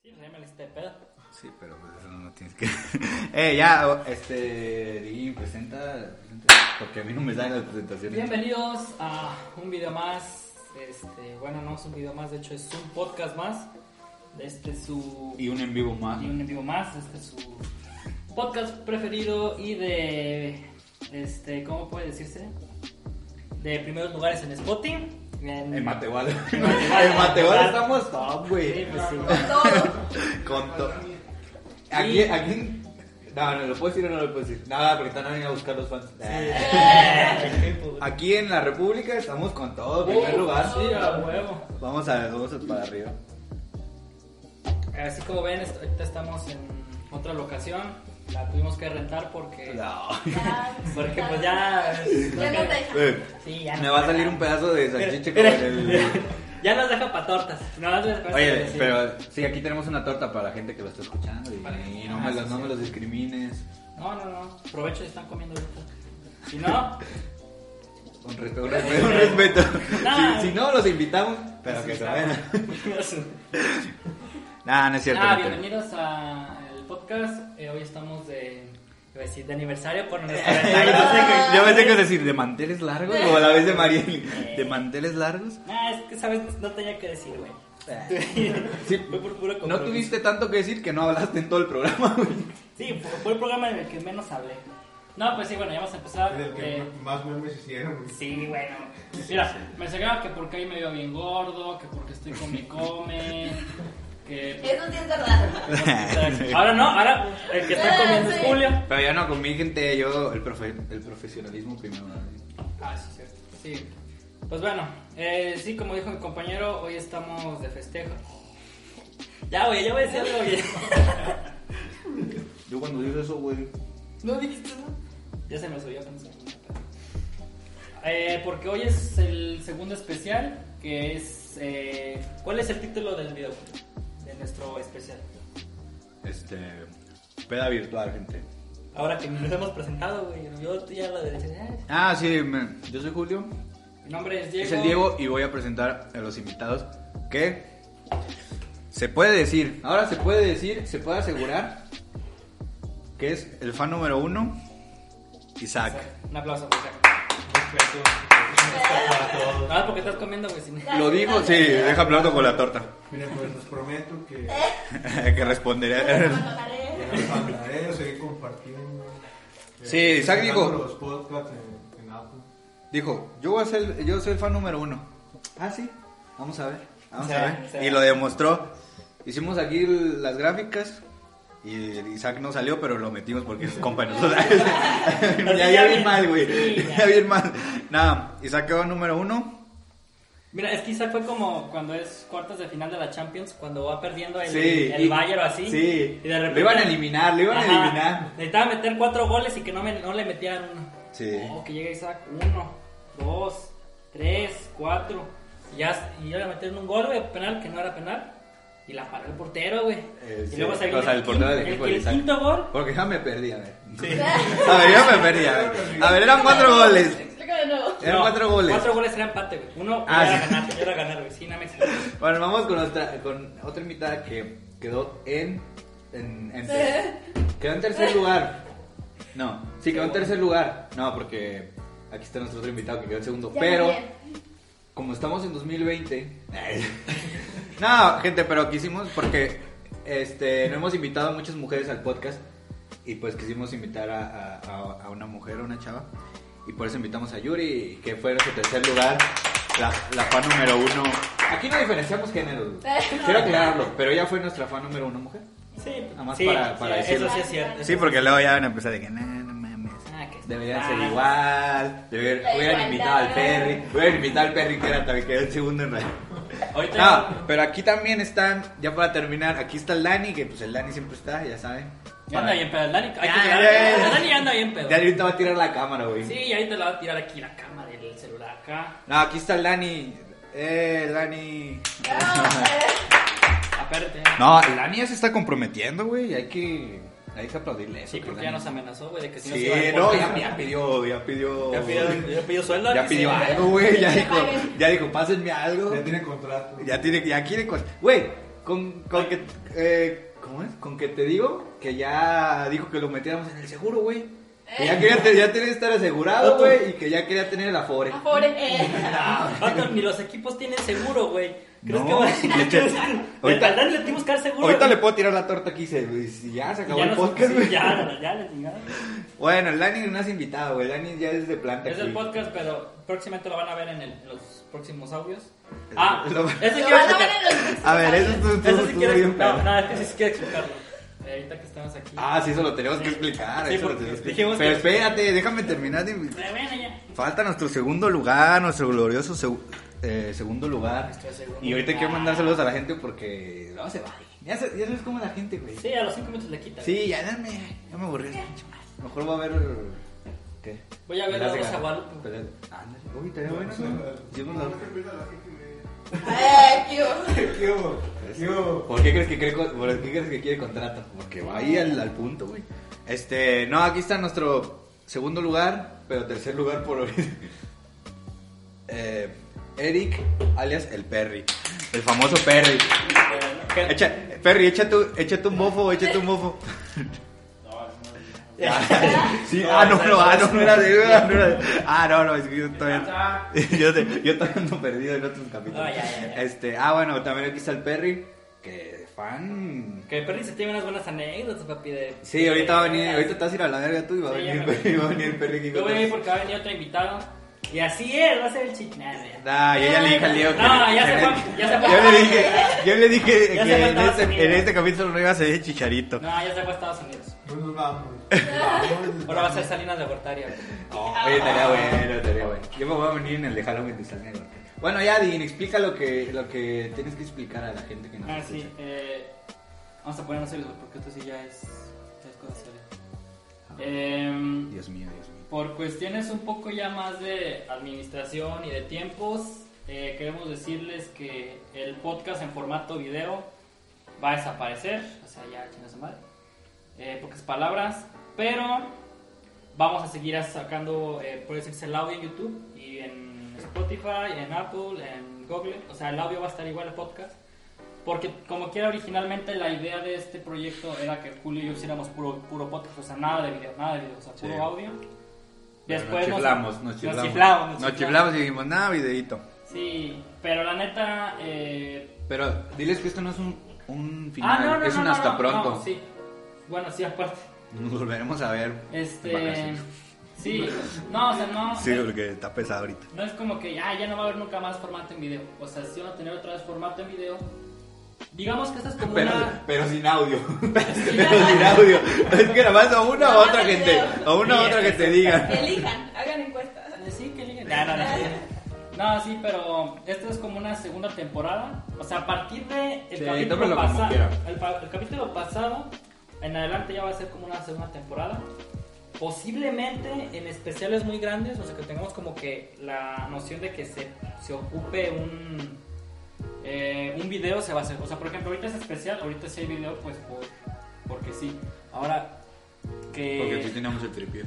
Sí, pues ahí me la hiciste de pedo. Sí, pero pues eso no lo tienes que. eh, ya, este. Diguín, presenta, presenta. Porque a mí no me salen las presentaciones. Bienvenidos a un video más. Este, bueno, no es un video más, de hecho es un podcast más. De Este es su. Y un en vivo más. y un en vivo más. Este es su podcast preferido y de. Este, ¿cómo puede decirse? De primeros lugares en Spotting. En, En Matehuala. En Matehuala. En Matehuala estamos top, Sí, güey. pues sí. Con todo. Aquí, aquí. No, no lo puedo decir o no lo puedo decir. Nada, porque están ahí a buscar los fans. Eh, Aquí en la República estamos con todo, en primer lugar. Uh, Sí, a huevo. Vamos a ver, vamos a para arriba. Así como ven, est- ahorita estamos en otra locación. La tuvimos que rentar porque. No. Porque pues ya. Ya no te deja. Eh, Sí, ya Me no va a te salir deja. un pedazo de Mira, salchicha con mira, el. Ya nos deja para tortas. No, es la cosa que Oye, sí. pero sí, aquí tenemos una torta para la gente que lo está escuchando y, y no, Ah, me sí, los, no sí. me los discrimines. No, no, no. Provecho si están comiendo ahorita. Si no, Un respeto, un respeto, un respeto. No. Si, si no, los invitamos, pues, pero que se vayan. Nah, no es cierto. Ah, no, pero- bienvenidos al podcast. Eh, hoy estamos de. Iba a decir de aniversario por nuestro aniversario. Yo pensé que ibas a decir de manteles largos o a la vez de Mariel. ¿De manteles largos? Ah, es que sabes, no tenía que decir, güey. Sí, Fue por puro no compromiso. tuviste tanto que decir que no hablaste en todo el programa, güey. Sí, fue- fue el programa en el que menos hablé. No, pues sí, bueno, ya vamos a empezar. Es el que Eh, más memes hicieron. Sí, bueno. Mira, me sacaba que porque hoy me veo bien gordo, que porque estoy con mi come, que... Eso sí es verdad. Ahora no, ahora el que está comiendo es Sí. Julio. Pero yo no, con mi gente, yo, el, profe- el profesionalismo primero. ¿no? Ah, sí, es cierto. Sí. Pues bueno, eh, sí, como dijo mi compañero, hoy estamos de festejo. Ya, güey, ya voy a decir algo, güey. Yo cuando digo eso, güey. ¿No dijiste nada? Ya se me subió a pensar. Eh, porque hoy es el segundo especial, que es... eh, ¿Cuál es el título del video? De nuestro especial. Este. Peda virtual, gente. Ahora que nos hemos presentado, güey, yo ya lo de decir, "Ah, Ah, sí, me- yo soy Julio. Mi nombre es Diego. Es el Diego y voy a presentar a los invitados que se puede decir, ahora se puede decir, se puede asegurar que es el fan número uno, Isaac. Un aplauso, por favor. Nada, porque estás comiendo, güey. sin- Lo digo, sí, deja plato con la torta. Miren, pues les prometo que que responderé. ya no faltaré, seguir compartiendo. eh, Sí, Isaac escuchando dijo- Los podcasts en, en Apple. Dijo, yo voy a ser, yo soy el fan número uno. Ah, sí. Vamos a ver. Vamos Sí, a ver. sí. Y lo demostró. Hicimos aquí las gráficas. Y Isaac no salió, pero lo metimos porque es compa de nosotros. ya, ya bien mal, güey. Sí, ya. Ya bien mal. Nada, Isaac quedó número uno. Mira, es que Isaac fue como cuando es cuartos de final de la Champions, cuando va perdiendo el, Sí. el y- Bayern o así. Sí. Y de repente. Lo iban a eliminar, lo iban Ajá. a eliminar. Necesitaba meter cuatro goles y que no, me, no le metieran uno. Sí. Oh, que llega Isaac. Uno, dos, tres, cuatro. Y ya, y yo le metieron un gol, güey, penal, que no era penal. Y la paró el portero, güey. Eh, y sí. luego salió O sea, el portero del quin- equipo el- de el Isaac. quinto gol Porque ya me perdí, a ver. A ver, yo me perdí, a ver. A ver, eran cuatro goles. Explícame de nuevo. Eran No, cuatro goles. Cuatro goles era empate, güey. Uno Ah, era sí. Ah, ganar, era ganar, güey. Sí, nada más. Bueno, vamos con otra, con otra invitada que quedó en. en, en ¿Eh? ter- quedó en tercer lugar. No, sí, quedó en tercer lugar. No, porque aquí está nuestro otro invitado que quedó en segundo. Ya pero, bien. como estamos en 2020. no, gente, pero quisimos porque este, no hemos invitado a muchas mujeres al podcast. Y pues quisimos invitar a, a- a- a una mujer, a una chava. Y por eso invitamos a Yuri, que fue nuestro tercer lugar, la, la fan número uno. Aquí no diferenciamos géneros, güey. quiero aclararlo, pero ella fue nuestra fan número uno mujer. Sí, Nada más sí, para- para sí, decirlo. Eso sí es cierto. Sí, porque luego ya van a empezar de que, no, no mames. Ah, que- Deberían ah, ser igual, deber- La hubieran igualdad. invitado al Perry, hubieran invitado al Perry que era también que era el segundo en realidad. Ahorita. No, pero aquí también están, ya para terminar, aquí está el Dani, que pues el Dani siempre está, ya saben. Ya anda bien pedo. el Dani, hay que Ya, tirar- ya, ya. el Dani ya anda bien pedo. Dani ahorita va a tirar la cámara, güey. Sí, y ahorita la va a tirar aquí la cámara del celular acá. No, aquí está el Dani. Eh, el Dani. eh, Aparte. No, el Dani ya se está comprometiendo, güey, hay que, hay que aplaudirle eso. Sí, porque que ya Dani- nos amenazó, güey, de que si no se Sí, iba al no, ya, podcast. ya pidió, ya pidió. Ya pidió, ya pidió sueldo. ya dice. pidió algo, güey, ya Que dijo, paguen. ya dijo, pásenme algo. Ya tiene contrato. Ya tiene, ya quiere cosas. Güey, Con, con que. eh, ¿Cómo es? Con que te digo que ya dijo que lo metiéramos en el seguro, güey. Que Eh. ya quería, te- ya tenía que estar asegurado, güey. Y que ya quería tener el Afore. Ah, Afore. eh. Vato, Ah, ni los equipos tienen seguro, güey. ¿Crees No, que va le te- ahorita- Ahorita le tenemos que buscar seguro. Ahorita le güey. puedo tirar la torta que hice, güey. si Ya se acabó ya el no podcast, güey. Ya, ya, le chingaron. Bueno, el Lani no es invitado, güey. El Lani ya es de planta. Es el güey. podcast, pero próximamente lo van a ver en, el- en los próximos audios. Ah, eso Lo- sí Lo quiero van a ver explicar. en los A ver, eso tú, tú, Eso sí tú quiero bien explicar. pedo. No, es que sí, sí quiero explicarlo. Eh, ahorita que estamos aquí. Ah, sí, eso lo tenemos que Sí. explicar. Sí, eso lo porque tenemos que- dijimos Pero que- espérate, déjame terminar. de- Eh, bueno, ya. Falta nuestro segundo lugar, nuestro glorioso seg- eh, segundo lugar. Nuestro segundo Y ahorita lugar. quiero mandar saludos a la gente porque no se vale. Ya, sa- ya sabes cómo es la gente, güey. Sí, a los 5 minutos le quita. Sí, ya, dame, ya me aburrí. Mejor va a haber. ¿Qué? Voy a ver Peleas la de Rosa gallo. Guadalupe. Peleas- Ándale, uy, estaría bueno. ¿no? Yo no la- Eh, qué hubo. ¿Qué hubo? ¿Qué hubo? ¿Por qué crees que, cree con- por qué crees que quiere contrato? Porque va ahí al, al punto, güey. Este, no, aquí está nuestro segundo lugar, pero tercer lugar por ahorita. Eh, Eric, alias el Perry. El famoso Perry. Que- Echa, Perry, echa tu, echa tu mofo, echa tu mofo. Sí, ah, no, no, ah, no, no era de. ah, no era de- Ah, no, no, es que yo todavía. Yo, te- yo todavía ando perdido en otros capítulos. Ah, ya, ya, ya. Este, ah, bueno, también aquí está el Perry, que fan. Que Perry se tiene unas buenas anécdotas, papi. De... Sí, ahorita va a venir, ahorita te vas a ir a la verga tú y va a Sí, ya venir, me va a venir el Perry aquí Yo con voy a ir nosotros. porque va a venir otro invitado. Y así es, va a ser el chiste. Nah, ya. Nah, yo ya le dije al Diego que. No, ya que se le- fue, ya se fue. Yo le dije, yo le dije Ya se fue que en a este, Estados en este Unidos. capítulo no iba a salir chicharito. No, ya se fue a Estados Unidos. Pues nos vamos. Vamos. Ahora va a ser Salinas de Gortaria. Oye, estaría bueno, estaría bueno. Yo me voy a venir en el de Halloween de San Diego. Bueno, ya, Dean, explica lo que, lo que tienes que explicar a la gente que nos Ah, escucha. sí. Eh, vamos a ponernos serios porque esto sí ya es, ya es cosa seria. Em, Dios mío, Dios mío. Por cuestiones un poco ya más de administración y de tiempos, eh, queremos decirles que el podcast en formato video va a desaparecer, o sea, ya chinga su madre, eh, pocas palabras, pero vamos a seguir sacando, eh, por decirse, el audio en YouTube y en Spotify, en Apple, en Google, o sea, el audio va a estar igual al podcast. Porque como quiera originalmente la idea de este proyecto era que Julio y yo hiciéramos puro, puro podcast, o sea, nada de video, nada de video, o sea, puro Sí. audio. Después nos chiflamos, nos chiflamos. Nos chiflamos, nos Nos chiflamos. chiflamos y dijimos, nada, videito. Sí, pero la neta... Eh... Pero diles que esto no es un, un final, Ah, no, no, es no, un no, hasta no, pronto. no, sí. Bueno, sí, aparte. Nos volveremos a ver. en Este... vacaciones. Sí, no, o sea, no... eh, Sí, porque está pesado ahorita. No es como que ah, ya no va a haber nunca más formato en video. O sea, si van a tener otra vez formato en video. Digamos que esta es como Pero, una. pero sin audio. pero sin audio. Es que nada más a una Nada o más otra el que te, video. a una u Sí, otra que te exacto. digan. Elijan, hagan encuestas. Sí, que liguen. No, no, no. No, sí, pero esta es como una segunda temporada. O sea, a partir de el Sí, capítulo tómalo como pasado. quiera. El, pa- el capítulo pasado. En adelante ya va a ser como una segunda temporada. Posiblemente en especiales muy grandes. O sea, que tengamos como que la noción de que se, se ocupe un. eh, un video se va a hacer. O sea, por ejemplo, ahorita es especial. Ahorita sí hay video, pues por, porque sí. Ahora que. teníamos el tripié.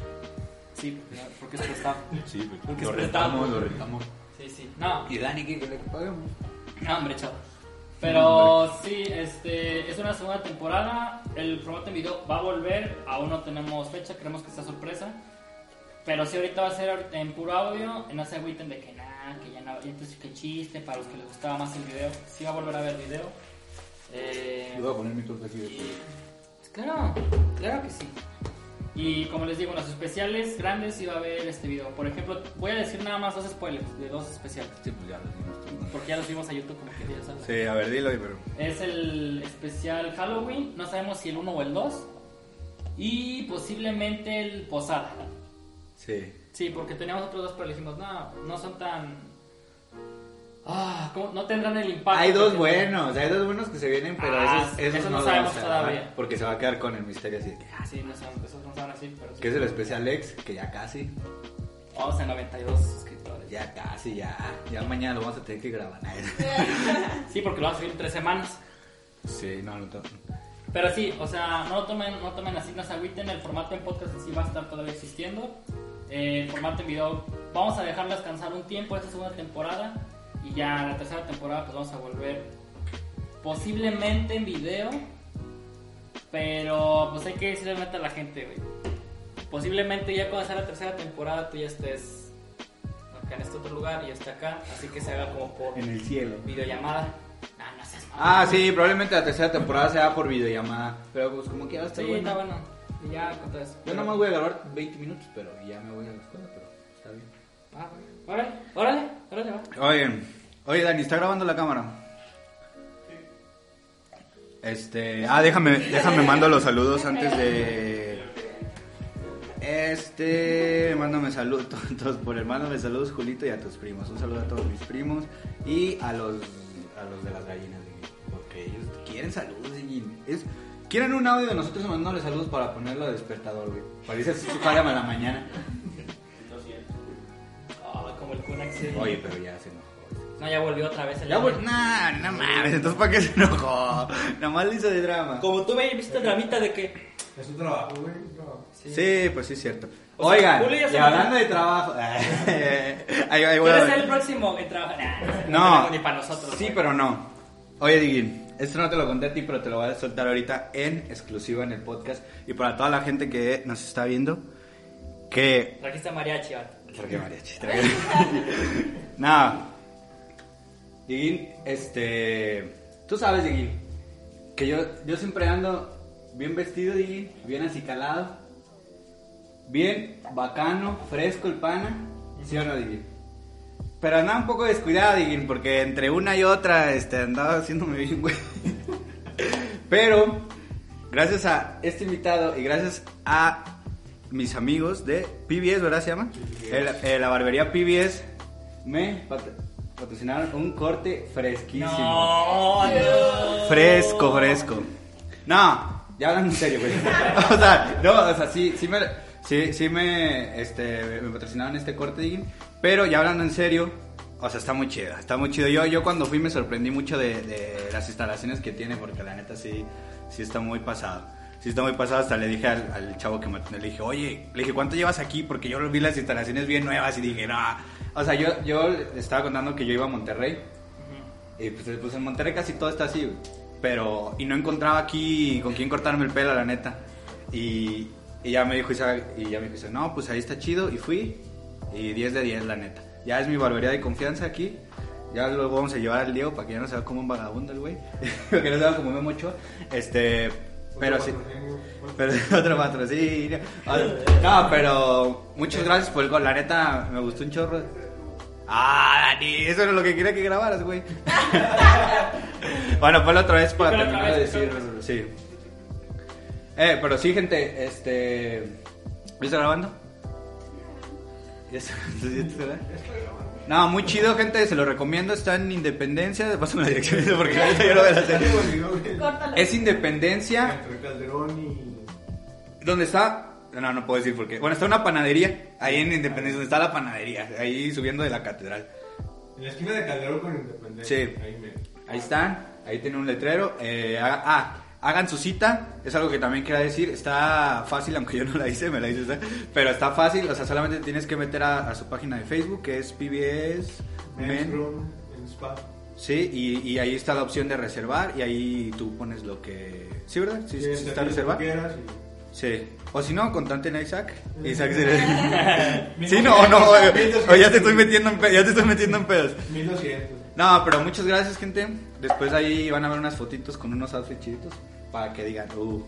Sí, porque es prestado. Sí, Porque lo rentamos, lo rentamos. Sí, sí. No, Y Dani, ¿qué le pagamos? No, hombre, chao. Pero sí, este, es una segunda temporada. El formato en video va a volver. Aún no tenemos fecha, creemos que sea sorpresa. Pero sí, ahorita va a ser ahorita en puro audio. No se agüiten de que nada, que ya no. y Entonces, que chiste para los que les gustaba más el video. Sí, va a volver a ver video. Eh, Yo voy a poner mi torta aquí. y- pues, claro, claro que sí. Y como les digo, en los especiales grandes sí va a haber este video. Por ejemplo, voy a decir nada más dos spoilers de dos especiales. Sí, pues ya lo tenemos. Porque ya los vimos a YouTube como que ya sabes. Sí, a ver, dilo, pero. Es el especial Halloween, no sabemos si el 1 o el 2. Y posiblemente el Posada. Sí. Sí, porque teníamos otros dos, pero dijimos, no, no son tan... Ah, ¿cómo? no tendrán el impacto. Hay que dos tendrán. buenos, hay dos buenos que se vienen, pero Ah, esos, esos eso no los sabemos vamos a todavía. grabar, Porque se va a quedar con el misterio así. de que, ah, Ah, sí, no son, esos no son así, pero sí. Que es el especial ex, que ya casi, Vamos a 92 suscriptores. ya casi, ya. Ya mañana lo vamos a tener que grabar. Eh, Sí, porque lo vamos a subir en tres semanas. Sí, no, no. to- Pero sí, o sea, no lo tomen, no tomen así, no se agüiten, el formato en podcast así va a estar todavía existiendo. Eh, el formato en video, vamos a dejarlo descansar un tiempo, esta segunda temporada, y ya la tercera temporada pues vamos a volver posiblemente en video, pero pues hay que decirle la neta a la gente, güey. Posiblemente ya cuando sea la tercera temporada tú ya estés acá en este otro lugar y ya esté acá, así que se haga como por En el cielo. videollamada. Ah, no seas mamón. Ah, sí, probablemente la tercera temporada sea por videollamada. Pero pues como que va a Sí, estar buena. está bueno. Y ya con todo eso. Yo nomás voy a grabar 20 minutos, pero ya me voy a la escuela, pero está bien. Ah, güey. órale, órale, órale, va. Oye, oye Dani, ¿está grabando la cámara? Este, ah, déjame, déjame mando los saludos antes de este, mándame saludos todos por el mándame saludos Julito y a tus primos. Un saludo a todos mis primos y a los a los de las gallinas, güey, porque ellos quieren saludos y es quieren un audio de nosotros mandándole saludos para ponerlo de despertador, güey. Parece su cara a la mañana. Ah, como el Kunaxi. Oye, pero ya se enojó. No, ya volvió otra vez el Ya vol- nah, no mames, entonces ¿para qué se enojó? Nada más le hizo de drama. Como tú veis, viste el dramita de que. Es un trabajo, güey. un trabajo. Sí. pues sí es cierto. O sea, Oigan, Julio ya se y enojó. hablando de trabajo. ahí, ahí Tú voy a- eres el próximo en trabajar. Nah, No, Ni para nosotros. Sí, güey. pero no. Oye, Digin, esto no te lo conté a ti, pero te lo voy a soltar ahorita en exclusiva en el podcast. Y para toda la gente que nos está viendo, que Trajiste a mariachi, vato. Traje mariachi, traje. Nada. Diguín, este. Tú sabes, Diguín, que yo, yo siempre ando bien vestido, Diguín, bien acicalado, bien bacano, fresco el pana. ¿Sí o no, Diguín? Pero andaba un poco descuidado, Diguín, porque entre una y otra este, andaba haciéndome bien, güey. Pero, gracias a este invitado y gracias a mis amigos de PBS, ¿verdad se llama? El- eh, la barbería PBS me pat- patrocinaron un corte fresquísimo. No, no. Fresco, fresco. No, ya hablando en serio, güey. o sea, no, o sea, sí, sí me, sí, sí me, este, me patrocinaron este corte, Digin, pero ya hablando en serio, o sea, está muy chido, está muy chido. Yo, yo cuando fui me sorprendí mucho de, de las instalaciones que tiene, porque la neta sí, sí está muy pasado. Sí está muy pasado, hasta le dije al, al chavo que me atendió, le dije, oye, le dije, ¿cuánto llevas aquí? Porque yo vi las instalaciones bien nuevas y dije, no. O sea, yo, yo le estaba contando que yo iba a Monterrey. Y pues, pues en Monterrey casi todo está así, güey. Pero, y no encontraba aquí con quién cortarme el pelo, la neta. Y, y ya me dijo Isa, y ya me dijo Isa, no, pues ahí está chido. Y fui, y 10 de 10, la neta. Ya es mi barbería de confianza aquí. Ya lo vamos a llevar al Diego para que ya no se vea como un vagabundo el güey. para que no se vea como un mocho. Este, Otro pero sí. patrocinio, otro- Pero otro patrocinio. Otro- No, pero muchas gracias por el gol. La neta, me gustó un chorro. Ah, Dani, eso era lo que quería que grabaras, güey. bueno, ponlo otra vez para Sí, ponlo otra terminar de vez, decir. ponlo Sí. Eh, pero sí, gente, este. ¿Ya está grabando? ¿Ya está, ¿Ya está grabando? No, muy chido, gente, se lo recomiendo. Está en Independencia. Pásame la dirección porque la neta yo no me la sé. Ya se me olvidó, güey. Córtalo. Es Independencia. Entre Calderón y. ¿Dónde está? No, no puedo decir por qué. Bueno, está una panadería. Ahí en Independencia, donde está la panadería. Ahí subiendo de la catedral. En la esquina de Calderón con Independencia. Sí. Ahí me. Ahí están. Ahí tiene un letrero. Eh, haga- ah, hagan su cita. Es algo que también quería decir. Está fácil, aunque yo no la hice, me la hice. usted. Pero está fácil. O sea, solamente tienes que meter a, a su página de Facebook, que es PBS. Men's Men. Room, en Spa. Sí, y, y ahí está la opción de reservar. Y ahí tú pones lo que. ¿Sí, verdad? Sí, sí, Quieres sí, hacer está lo que reservado. quieras y- Sí. O si no, contanten a Isaac. Isaac se- Sí, no, o no. O o ya te estoy metiendo en pedos. Ya te estoy metiendo en pedos. 1200. No, pero muchas gracias, gente. Después ahí van a ver unas fotitos con unos outfits chiditos para que digan, uh,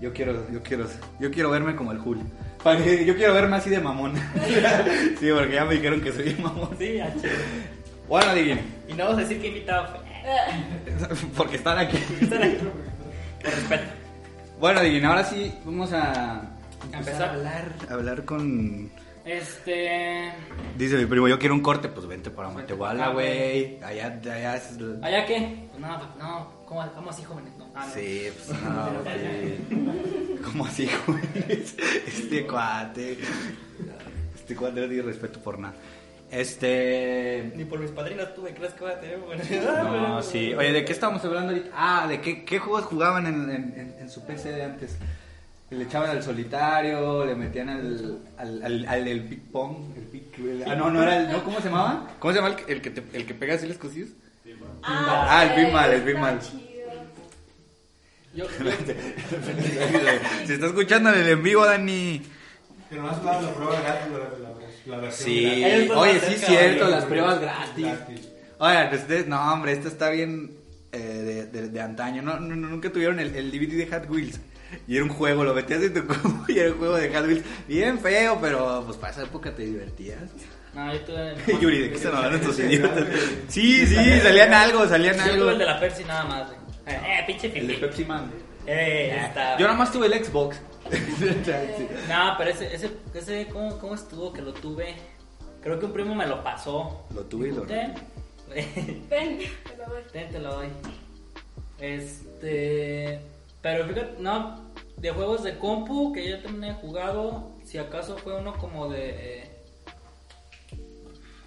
yo quiero, yo quiero, yo quiero verme como el Julio. Para que, yo quiero verme así de mamón. sí, porque ya me dijeron que soy bien mamón. Sí, ah, chido. Bueno, adivinen, Y no vamos a decir que invitado fue. Eh, porque están aquí. Están aquí. Por respeto. Bueno, adivinen, ahora sí vamos a Empezar. a hablar, a hablar con Este. Dice mi primo, yo quiero un corte, pues vente para Vente Matehuala, para acá, güey. Allá, allá es... ¿Allá qué? Pues no, pues, no. ¿Cómo vamos así, jóvenes? No. Ah, no. Sí, pues no, güey. ¿Cómo así, güey? Este cuate. Este cuate no tiene respeto por nada. Este... Ni por mis padrinos tú me crees que voy a tener buena No, sí. Oye, ¿de qué estamos hablando ahorita? Ah, ¿de qué, qué juegos jugaban en, en- en- en su PC de antes? Le echaban al solitario, le metían al, al, al, al del ping pong. El ping- el- ah, no, no era el... ¿no? ¿Cómo se llamaba? ¿Cómo se llamaba el, que- el que, te- el que pega así las cosillas? Ah, el ok, Bimal, el eh, está Bimal. chido. Yo, Se está escuchando en el en vivo, Dani. Pero no has hablado de la prueba gratis, la, la, la versión Sí, Él fue oye, más sí es cerca, cierto, güey. las pruebas gratis. Oigan, ustedes, no, hombre, esta está bien eh, de, de- de antaño. No, no- nunca tuvieron el, el DVD de Hot Wheels. Y era un juego, lo metías en tu compu y era un juego de Hot Wheels. Bien feo, pero pues para esa época te divertías. no, yo tuve el. Yuri, ¿de qué están hablando estos idiotas? Sí, sí, salían algo, salían Yo tuve el de algo. la Pepsi nada más, güey. Eh, pinche El de Fifi. Pepsi Man. Eh, está. Yo nada más tuve el Xbox. Sí. No, pero ese, ese, ese ¿cómo, ¿cómo estuvo que lo tuve? Creo que un primo me lo pasó. Lo tuve y lo. Ten, Ven, por favor. ten, te lo doy. Este. Pero fíjate, no, de juegos de compu que yo también he jugado, si acaso fue uno como de. eh,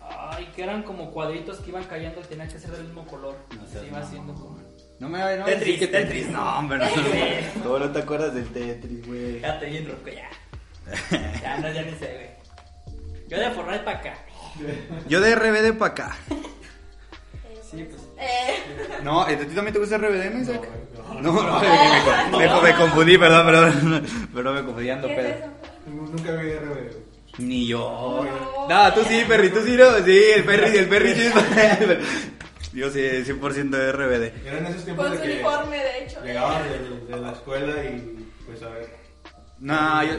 ay, que eran como cuadritos que iban cayendo y tenían que ser del mismo color. No seas se iba mamón. haciendo como. No me no, Tetris, sí que Tetris. No, hombre, no. ¿Cómo no te acuerdas del Tetris, güey? Fíjate bien, Rocco, ya. Ya, no, ya ni sé, güey. Yo de forrar para acá. Yo de RBD para acá. Eh, Sí, pues. Eh, No, ¿a ti también te gusta RBD, Isaac? No, No, no, me- me, me- me confundí, perdón, perdón. Perdón, me confundí ando ¿qué es pedo. eso? no. Nunca vi RBD. Ni yo. No. No, tú sí, Perry, tú sí, no. Sí, el Perry, el Perry sí es- Yo sí, 100% de RBD. Era en esos tiempos Con de su que uniforme, de hecho. llegaban de, de la escuela y pues a ver. No, yo,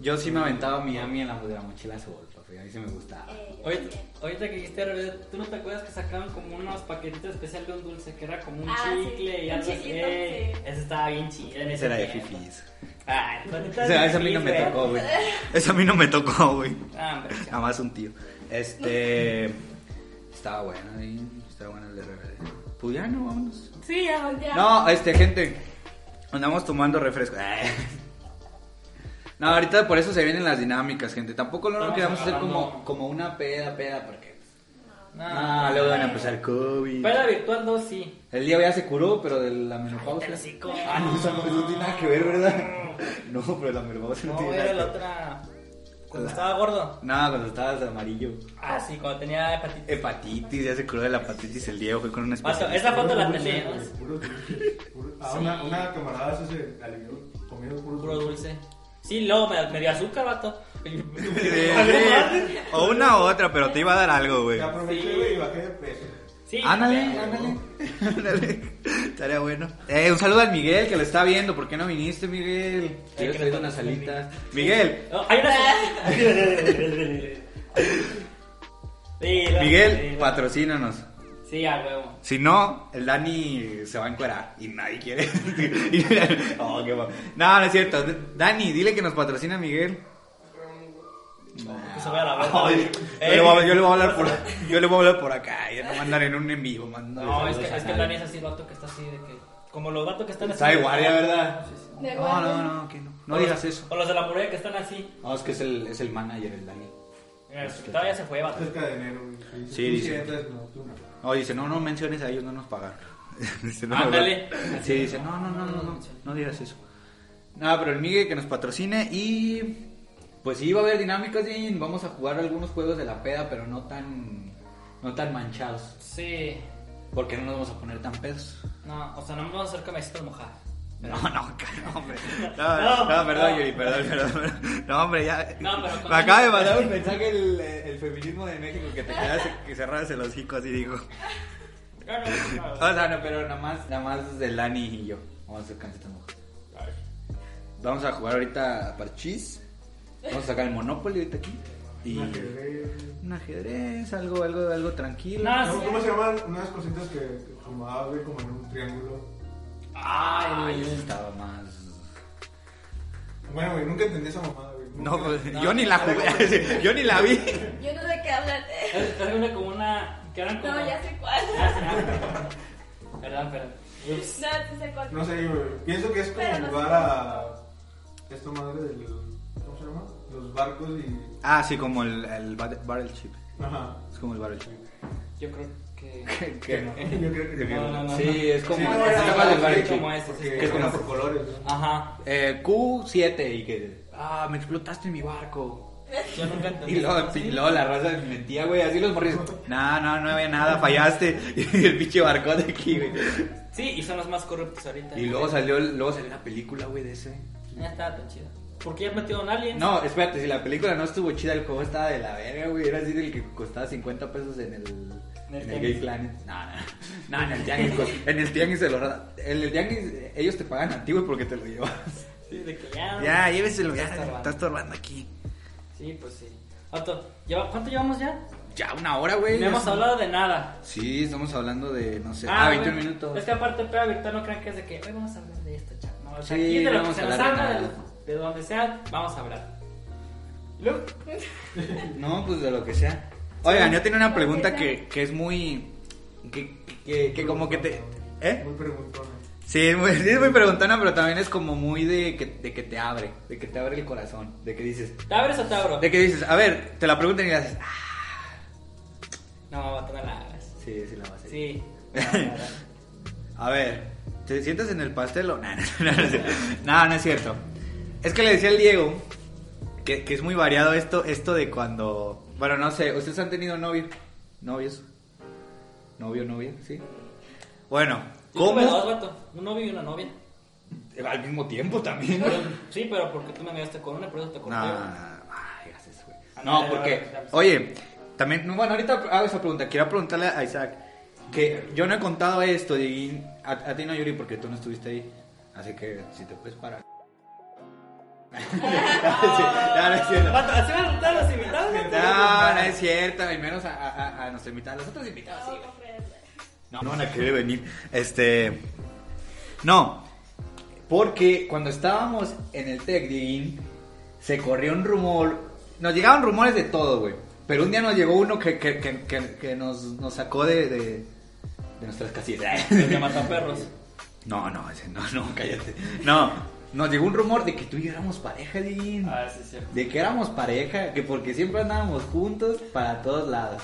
yo sí me aventaba Miami en la, de la mochila azul, papi. A mí sí me gustaba. Eh, Ahorita, ahorita que dijiste revés, ¿tú no te acuerdas que sacaban como unos paquetitos especial de un dulce que era como un Ah, sí, chicle y un algo así? chiclito, Ey, sí. Ese estaba bien chido. en ese Esa era de tiempo. fifis. Ay, bonita Esa, de esa a mí no me fifis, tocó, güey. güey. Esa a mí no me tocó, güey. Ah, hombre, Nada más un tío. Este. Estaba bueno, ahí, estaba bueno el de RBD. Pues ya no, vámonos. Sí, ya, ya. No, este, gente. Andamos tomando refresco. No, ahorita por eso se vienen las dinámicas, gente. Tampoco no nos Estamos queramos hacer como, agarrando. como una peda, peda, porque. No, Ah, luego van a empezar COVID. Pero la virtual 2 sí. El día ya se curó, pero de la menopausia. Pero sí, como- Ah, no, eso no, eso no tiene nada que ver, ¿verdad? No, pero la menopausia no, No, tiene era la nada que ver. otra. Cuando estaba gordo. No, cuando estabas amarillo. Ah, sí, cuando tenía hepatitis. Hepatitis, ya se curó de la hepatitis el día, fue con una Vato, especie. esa foto la peleé, Puro dulce, puro dulce, puro- Ah, una, una camarada se se alivió comiendo puro Puro dulce. dulce. Sí, luego me, me dio azúcar, vato. O una u otra, pero te iba a dar algo, güey. Te aproveché, güey, y bajé de peso. Sí, Ándale, pero- ándale. Ándale. Estaría bueno. Eh, un saludo al Miguel que lo está viendo. ¿Por qué no viniste, Miguel? que Te he le traído unas toques, alitas. Miguel, No, hay una. Ah. Sí, lo- sí, Miguel, lo- patrocínanos. Sí, a huevo. Si no, el Dani se va a encuerar y nadie quiere. Oh, qué bueno. no, no es cierto. Dani, dile que nos patrocina Miguel. Que se vaya a la Eh, verga. Ay, yo, le voy a, yo le voy a hablar por, yo le voy a hablar por acá. Ya no mandan en un en vivo. mándale No, es que, saludos a es que el nadie. Dani es así, el vato que está así de que. Como los vatos que están así. Está igual, ya, ¿verdad? De No, no, no, que no. No O digas los- eso. O los de la muralla que están así. No, es que es el, es el manager, el Dani. Mira, el secretario ya se fue, vato. Cerca de enero, güey. Sí, Tú dice. sientas, no, tú no. No, dice, no, no menciones a ellos, no nos pagaron. dice, no, Ándale. no. Sí, dice, no, no, no, no, no, no digas eso. Nada, pero el Miguel que nos patrocine y... Pues sí, va a haber dinámicas y vamos a jugar algunos juegos de la peda, pero no tan... No tan manchados. Sí. Porque no nos vamos a poner tan pedos. No, o sea, no me vamos a hacer camisitas mojadas. No, no, no, hombre. No, No, no, perdón, no. Yuri, perdón, perdón, perdón. No, hombre, ya. No, pero con- Me acaba de mandar un mensaje el, eh, el feminismo de México que te quedas que cerraras el hocico así, digo. Claro, O claro. sea, no, pero nada más, nada más del Lani y yo. Vamos a hacer camisetas mojadas. Vamos a jugar ahorita a parchís. Vamos a sacar el Monopoly ahorita aquí. Y Una que ve- un ajedrez, algo, algo, algo tranquilo. Ah, No, ¿Cómo, sí. cómo se llaman unas cositas que que como abre como en un triángulo? Ay, Ay, estaba más. Bueno, güey, nunca entendí esa mamada, güey. Nunca- No, pues, No. yo ni la jugué, yo ni la vi. Yo no sé qué hablar. es es una como una. Que eran como. No, ya sé cuál. Ah, sí, ah. Perdón, perdón. No, Ups. sí sé cuál. No sé, güey. Pienso que es como Pero no sé. jugar a. Esta madre del. ¿Cómo se llama? Los barcos y. Ah, sí, como el, el bat- Battleship. Ajá. Es como el Battleship. Yo creo que. Yo creo que No, no, no. Sí, es como. Sí, es no, no, capaz no, del sí, Battleship. como es, Porque Que es como- era por colores, ¿no? Ajá. Eh, Q7 y que. Ah, me explotaste mi barco. Yo nunca entendí. Y luego, y luego la raza mentía, güey, así los morrillos. No, no, no había nada, fallaste. Y el pinche barcote aquí, güey. Sí, y son los más corruptos ahorita. Y luego salió, luego salió una película, güey, de ese. Ya estaba tan chido. Porque ya metieron aliens. No, espérate, si la película no estuvo chida, el juego estaba de la verga, güey. Era así del que costaba 50 pesos en el. En el En el tianguis. Gay Planet. No, no, no, en el tianguis. cos- En el tianguis se lo. En el tianguis, ellos te pagan a ti, güey, porque te lo llevas. Sí, de que ya. lléveselo, ya, está Ah. estorbando aquí. Sí, pues sí. Otto, ¿lleva- ¿cuánto llevamos ya? Ya, una hora, No güey. Pues, ya hemos está. hablado de nada. Sí, estamos hablando de, no sé. Ah, 21 bueno, minutos. Es que aparte, pega virtual no crean que es de que hoy vamos a hablar de esto, chat. No, o sea, Sí, aquí de lo que vamos se a nos hablar de habla, de, nada. lo- de donde sea, vamos a hablar. Luego, No, pues de lo que sea. Oigan, yo tenía una pregunta que, que es muy. Que, Ah, que, que como que te. ¿Eh? Muy preguntona. Sí, es muy, sí es muy preguntona, pero también es como muy de que, de que te abre, de que te abre el corazón, de que dices. ¿te abres o te abro? De que dices, a ver, te la preguntan y dices, ah, No, va, tú no la hagas. sí, sí la vas a hacer. Sí. No, la verdad. A ver, ¿te sientas en el pastel o no? No, no, es cierto. No, no es cierto. Es que le decía al Diego que, que es muy variado esto, esto de cuando. Bueno, no sé, ¿ustedes han tenido novio? ¿Novios? ¿Novio, novia? Sí. Bueno, Yo tuve dos, ¿cómo? vato. Un novio y una novia. Al mismo tiempo también, Pero- sí, pero porque tú me engañaste con una, por eso te No, corté. ay, haces, güey. Ah, No, ya, porque, ya, ya, ya. oye, también, no, bueno, ahorita hago esa pregunta. Quiero preguntarle a Isaac que yo no he contado esto, y a, a ti no, Yuri, porque tú no estuviste ahí. Así que si te puedes parar. Sí, ya, no es cierto. Vato, ¿Así van a tratar a los invitados? No, no es cierto, y menos a, a- a- a nuestros invitados. Los otros invitados, sí, güey. No, no van a querer venir. Este. No, porque cuando estábamos en el Tech Digging, se corrió un rumor. Nos llegaban rumores de todo, güey. Pero un día nos llegó uno que, que, que, que- que nos, nos sacó de, de, de nuestras casillas. Los de mataperros. No, no, ese no, no, cállate. No, nos llegó un rumor de que tú y yo éramos pareja, Digging. Ah, sí, es cierto. De que éramos pareja, que porque siempre andábamos juntos para todos lados.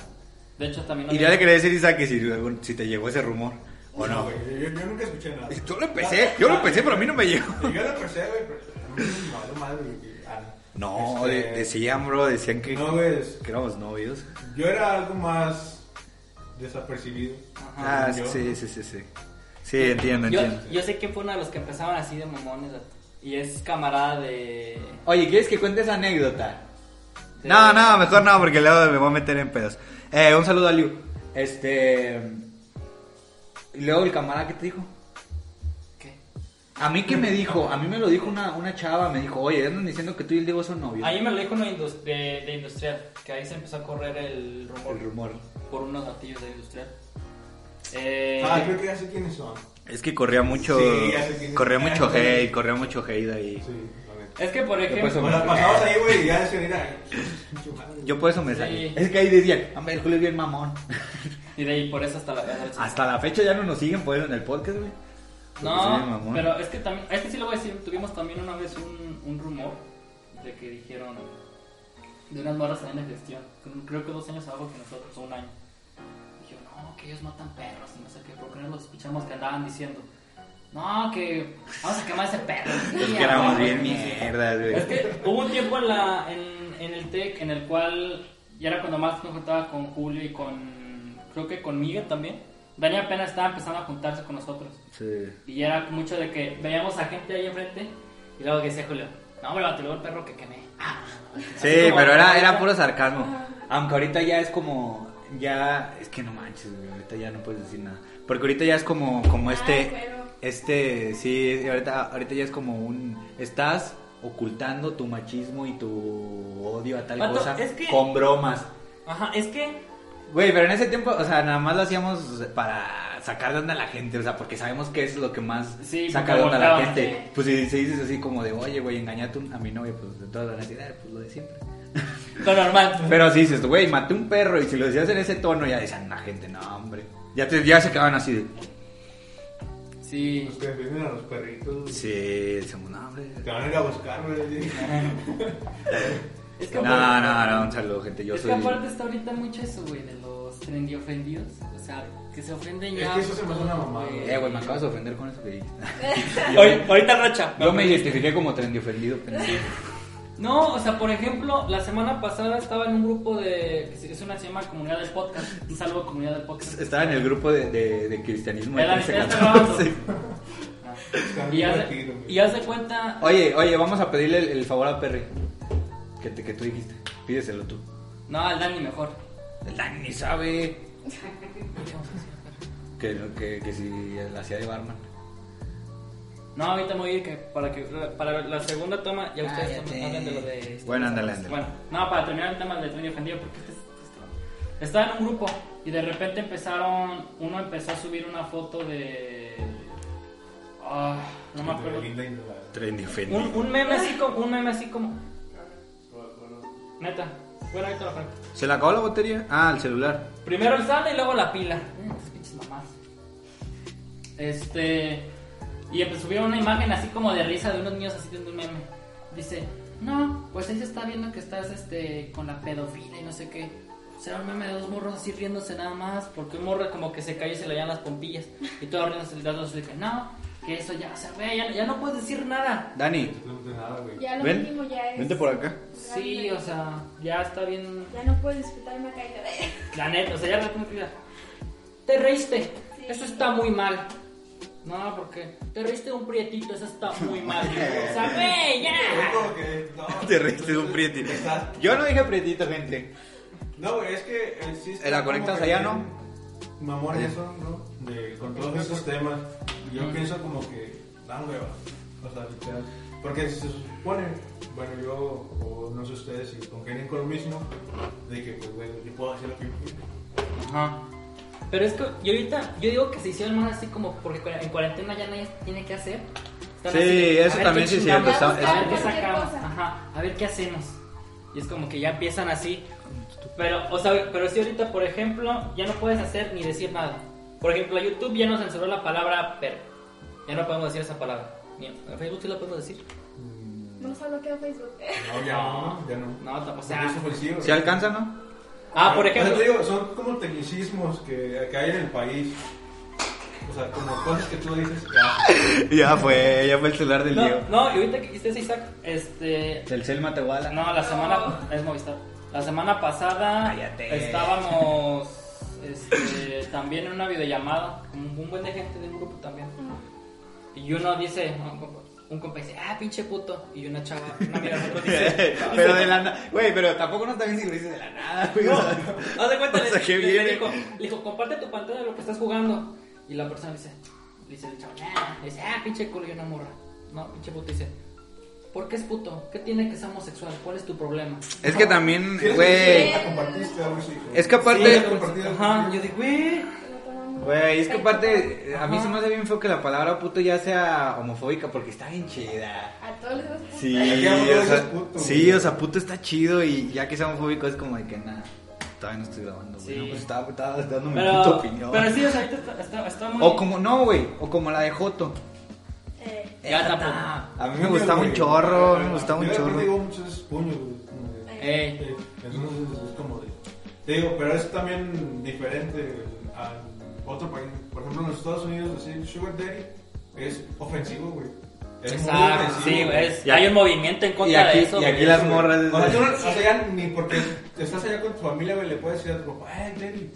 De hecho, también. Y ya le quería decir, Isaac, que si, si te llegó ese rumor o no. güey. Yo, yo nunca escuché nada. Y Yo lo empecé, yo lo empecé, pero a mí no me llegó. Y Yo lo empecé, güey, pero. No, no, madre, güey. Ah, No, este, de- decían, bro, decían que, No, güey. es- que éramos novios. Yo era algo más desapercibido. Ah, Yo. sí, sí, sí, sí. Sí, entiendo, yo, entiendo. yo sé que fue uno de los que empezaban así de mamones, vato. Y es camarada de. Oye, ¿quieres que cuentes anécdota? de- No, no, mejor no, porque luego me voy a meter en pedos. Eh, un saludo a Liu. Este... Y luego el camarada, ¿qué te dijo? ¿Qué? A mí que me dijo, a mí me lo dijo una, una chava, me dijo, oye, andan diciendo que tú y el Diego son novios. A mí me lo dijo uno indus- de, de industrial, que ahí se empezó a correr el rumor El rumor. por unos gatillos de industrial. Eh, Ah, creo que ya sé quiénes son. Es que corría mucho, Sí, ya sé quién es. corría mucho hate, corría mucho hate de ahí. Sí, la neta. es que por ejemplo, pasó? Nos la pasabas ahí, güey, y ya decían, mira. pinche madre. Yo por eso me Sí. salí. Es que ahí decían, hombre, el Julio es bien mamón. y de ahí por eso hasta la fecha. Hasta la fecha ya no nos siguen por eso en el podcast, güey. Porque soy bien No, mamón. pero es que también, es que sí lo voy a decir, tuvimos también una vez un, un rumor de que dijeron de unas morras ahí en la gestión, con- creo que dos años abajo que nosotros, o un año. Dijeron, no, que ellos matan perros y no sé qué, porque no los escuchamos que andaban diciendo, no, que vamos a quemar ese perro. Es Y que éramos abajo, bien y así. mierdas, Es güey. que hubo un tiempo en, la, en, en el TEC en el cual ya era cuando más me juntaba con Julio y con, creo que con Miguel también. Dani apenas estaba empezando a juntarse con nosotros. Sí. Y ya era mucho de que veíamos a gente ahí enfrente y luego que decía Julio, no, me lo tiró el perro que quemé. Ah. Sí, Así como- pero era, era puro sarcasmo. Aunque ahorita ya es como, ya, es que no manches, güey, ahorita ya no puedes decir nada. Porque ahorita ya es como, como Ah, este, bueno. este, sí, ahorita, ahorita ya es como un, estás ocultando tu machismo y tu odio a tal Vato, cosa es que- con bromas. Ajá, es que Güey, pero en ese tiempo, o sea, nada más lo hacíamos para sacar de onda a la gente, o sea, porque sabemos que es lo que más Sí, saca de porque onda a la volteaban, gente. sí. Pues si, si dices así como de, oye, güey, engañate a mi novia, pues de todas las necesidades, pues lo de siempre. lo normal. Pero si dices, güey, maté un perro y si lo decías en ese tono, ya decían la gente, no, hombre. Ya, te, ya se quedaban así de, Sí. Los que defienden a los perritos. sí, somos, no, hombre. Te van a ir a buscar, güey. Es que No, no, no, un saludo, gente. Yo es soy. que aparte está ahorita mucho eso, güey, de los trendy ofendidos. O sea, que se ofenden Es ya. que eso se me hace una mamada, güey. Eh, güey, me acabas de ofender con eso que dijiste. Ahorita ahorita racha. Yo me identifiqué como trendy ofendido, pendejo. No, o sea, por ejemplo, la semana pasada estaba en un grupo de. que Es una que se llama Comunidad del Podcast. Un saludo, Comunidad del Podcast. Estaba en el grupo de, de- de cristianismo. Era- de era- era- 1314. Ah. Y Camino haz, al tiro, de, güey. y haz de cuenta. Oye, oye, vamos a pedirle el, el favor a Perry. Que, te- que tú dijiste. Pídeselo tú. No, el Dani mejor. El Dani ni sabe. Que, no- que, que si la hacía de barman. No, ahorita me voy a ir que para, que, para la segunda toma ya ustedes Cállate. toman- hablan de lo de... Bueno, ándale, ándale. Bueno, no, para terminar el tema del Trini ofendido, porque este es- este- estaba en un grupo y de repente empezaron, uno empezó a subir una foto de... Ah, no me acuerdo. Linda y nada. Trendy ofendido. Un, un meme así como... Un meme así como... Neta. Bueno, ahorita lo arranco. ¿Se le acabó la batería? Ah, el celular. Primero el sable y luego la pila. Mm, Estas pinches mamás. Este. Y empe- subieron una imagen así como de risa de unos niños así de un meme. Dice, no, pues ahí se está viendo que estás este con la pedofilia y no sé qué. Será un meme de dos morros así riéndose nada más, porque un morro como que se cayó y se le hallan las pompillas. Y todos riéndose y dados de que no, que eso ya, se ve, ya, ya no puedes decir nada. Dani, No te nada, güey. Ya lo ven. mínimo ya es. Vente por acá. Sí, o sea, ya está bien. Ya no puedo disfrutar una caída de. La neta, o sea, ya la tengo que ir. Te reíste. Eso está muy mal. No, porque te reíste de un prietito, eso está muy mal. O sea, güey, ya. Como que, no, Te reíste de un prieti. Está- Yo no dije prietito, gente. No, güey, es que eh, sí está Eh, la como conectas que allá, bien Mamón Ahí. eso, ¿no? De, con todos esos temas. Yo Mm. pienso como que dan hueva. O sea, literal. Porque se supone, bueno, yo, o no sé ustedes si congenian con lo mismo, de que, pues, güey, yo puedo hacer lo que yo quiera. Ajá. Pero es que yo ahorita, yo digo que se hicieron más así como porque cua- en cuarentena ya nadie tiene que hacer. Están Sí, así de, eso a ver también qué sí es chingamos, cierto, está- A ver es- qué Cualquier sacamos. cosa. Ajá, a ver qué hacemos. Y es como que ya empiezan así. Pero, o sea, pero si ahorita, por ejemplo, ya no puedes hacer ni decir nada. Por ejemplo, YouTube ya nos censuró la palabra perro. Ya no podemos decir esa palabra. Ni en Facebook sí la podemos decir. No está bloqueado Facebook. No, ya no, ya no. No, tampoco. O Porque sea, es ofensivo, ¿Se güey. alcanza, no? ah, por O sea, ejemplo. te digo, son como tecnicismos que, que hay en el país. O sea, como cosas que tú dices que haces. Ya fue, ya fue el celular del No, no, y ahorita que hiciste Isaac, este, Del Selma Tehuala. No, la semana es Movistar. La semana pasada Cállate. estábamos este, también en una videollamada con un buen de gente de un grupo también. Y uno dice, un compa, un compa dice, ah, pinche puto. Y una chava, una amiga de otro dice, pero de la nada. Güey, pero tampoco no está bien si lo dices de la nada, güey. no, O sea, haz de cuenta, O sea, le, qué le- bien. le dijo, le dijo, comparte tu pantalla de lo que estás jugando. Y la persona dice, le dice el chavo, "Nah". Le dice, ah, pinche culo y una morra. No, pinche puto dice, ¿por qué es puto? ¿Qué tiene que ser homosexual? ¿Cuál es tu problema? Es que también, ¿Quieres güey. que La compartiste, algo así. güey? Es que Sí, aparte. la compartiste. Ajá, yo digo, güey. Lo tomamos. Güey, es que aparte, a mí Ajá. se me hace bien feo que la palabra puto ya sea homofóbica porque está bien chida. A todos les gusta. Sí, Aquí a huevo o sea, dices puto, sí, güey. o sea, puto está chido y ya que sea homofóbico es como de que nada, todavía no estoy grabando, güey. Sí. No, pues estaba, estaba dando mi puta Pero, opinión. pero sí, o sea, ahorita está, está, está muy. O como, no, güey, o como la de Joto. Eh, Ya pues. Esa tampoco. ta- A mí me gustaba un chorro, a mí me gustaba un Yo de repente digo chorro. muchas veces puño, güey, como de- Ey, Eh, Entonces es como de. Te digo, pero es también diferente a otro país. Por ejemplo, en los Estados Unidos decir Sugar Daddy es ofensivo, güey. Es muy exacto, ofensivo, sí, güey. es, Y hay aquí- un movimiento en y contra aquí- de eso. y güey. aquí las morras. O sea, tú no, o sea, ya ni porque estás allá con tu familia, güey, le puedes decir a tu papá, ¡ay, Daddy!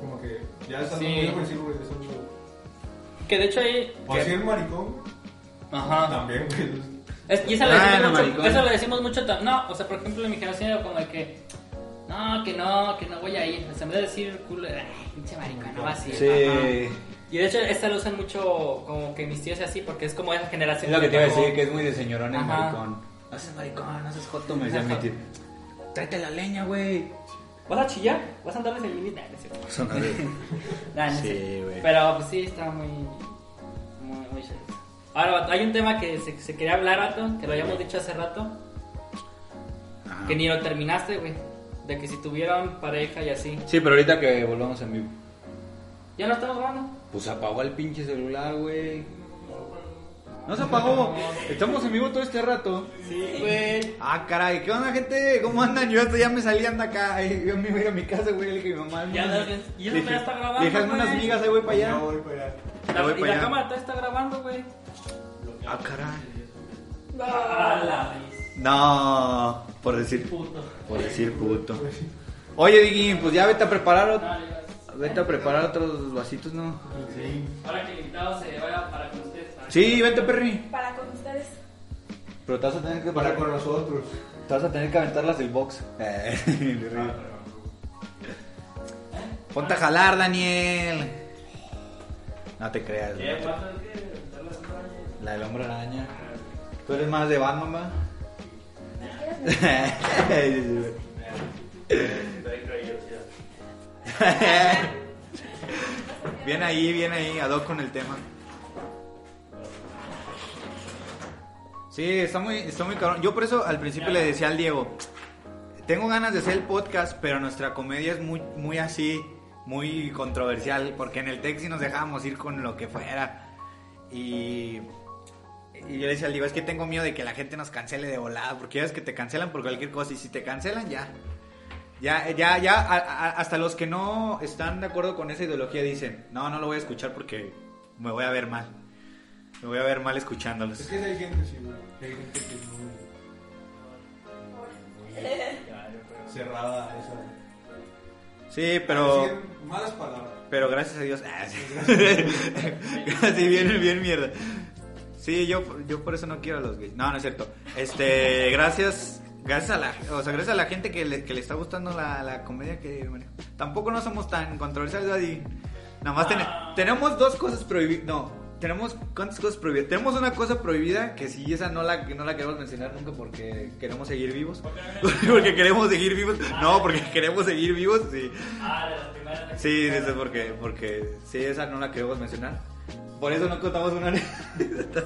Como que ya está Sí. muy ofensivo, güey. es mucho- Que de hecho ahí. O que- decir maricón, Ajá. también, güey. Es- y eso le Ah, decimos no, mucho. maricón. Eso le decimos mucho. ta- No, o sea, por ejemplo, en mi generación era como de que. No, que no, que no voy a ir. O sea, en vez de decir culo, era, "Ay, pinche maricón, no vas a ir. Sí. Ajá. Y de hecho, esta lo usan mucho como que mis tíos y así, porque es como esa generación. Es lo que te iba a como- decir, que es muy de señorón el Ajá. maricón. No haces maricón, no haces joto, me decía mi tío. Tráete la leña, güey. ¿Vas a chillar? ¿Vas a andarles el límite? Nah, no es cierto. Nah, no Sí, sé. güey. Pero pues, sí, está muy. Muy, muy chido. Ahora, hay un tema que se, se quería hablar, rato, que lo habíamos dicho hace rato, Ajá. que ni lo terminaste, güey. De que si tuvieran pareja y así. Sí, pero ahorita que volvamos en vivo. Ya no estamos grabando. Pues apagó el pinche celular, güey. No se apagó. Estamos en vivo todo este rato. Sí, güey. Ah, caray, ¿qué onda, gente? ¿Cómo andan? Yo hasta ya me salí, anda acá. Ay, yo me iba a ir a mi casa, güey. Le dije, mamá. Ya no, andas bien. Y eso Le dije, ya está grabando, Déjame güey. unas migas ahí, güey, para allá. Ya voy para allá. La, voy y pa' la allá. Ah, cámara todavía está grabando, güey. Ah, caray. va. vez. No, por decir, Puto. por decir puto. Oye, Diguín, pues ya vete a preparar, ot- Dale, gracias. vete a preparar otros vasitos, ¿no? Sí. Ahora que el invitado se vaya para con ustedes. para- Sí, vente, Perry. Para con ustedes. Pero te vas a tener que Para con nosotros. te vas a tener que aventarlas del box. Ponte a jalar, Daniel. No te creas. ¿Qué? no te- ¿Cuánto es que darle las rayas? La del hombre araña. ¿Tú eres más de Batman, va? ¿Quieres? bien ahí, bien ahí, ad hoc con el tema. Sí, está muy, está muy cabrón. Yo por eso al principio le decía al Diego, tengo ganas de hacer el podcast, pero nuestra comedia es muy, muy así, muy controversial, porque en el taxi nos dejábamos ir con lo que fuera. Y, y yo le decía al Diego, es que tengo miedo de que la gente nos cancele de volada, porque ya ves que te cancelan por cualquier cosa, y si te cancelan ya. Ya, ya, ya, a- a- hasta los que no están de acuerdo con esa ideología dicen, no, no lo voy a escuchar porque me voy a ver mal. Me voy a ver mal Es escuchándolos. que sí hay gente, sí, güey. que Hay gente que es muy Ya, yo creo. cerrada a esa. Sí, pero... Decir malas palabras. Pero gracias a Dios. Ah, sí. Así bien, bien mierda. Sí, yo, yo por eso no quiero a los gays. No, no es cierto. Este, gracias. Gracias a la, o sea, gracias a la gente que le, que le está gustando la, la comedia que manejo. Tampoco no somos tan controversiales, Daddy. Nada más tene- Ah. tenemos dos cosas prohibidas. No, tenemos cuántas cosas prohibidas. Tenemos una cosa prohibida que si esa no la, no la queremos mencionar nunca porque queremos seguir vivos. porque queremos seguir vivos. No, porque queremos seguir vivos. Sí. Ah, de la primera. Sí, sí, sí, porque, porque sí, esa no la queremos mencionar. Por eso no contamos una anécdota.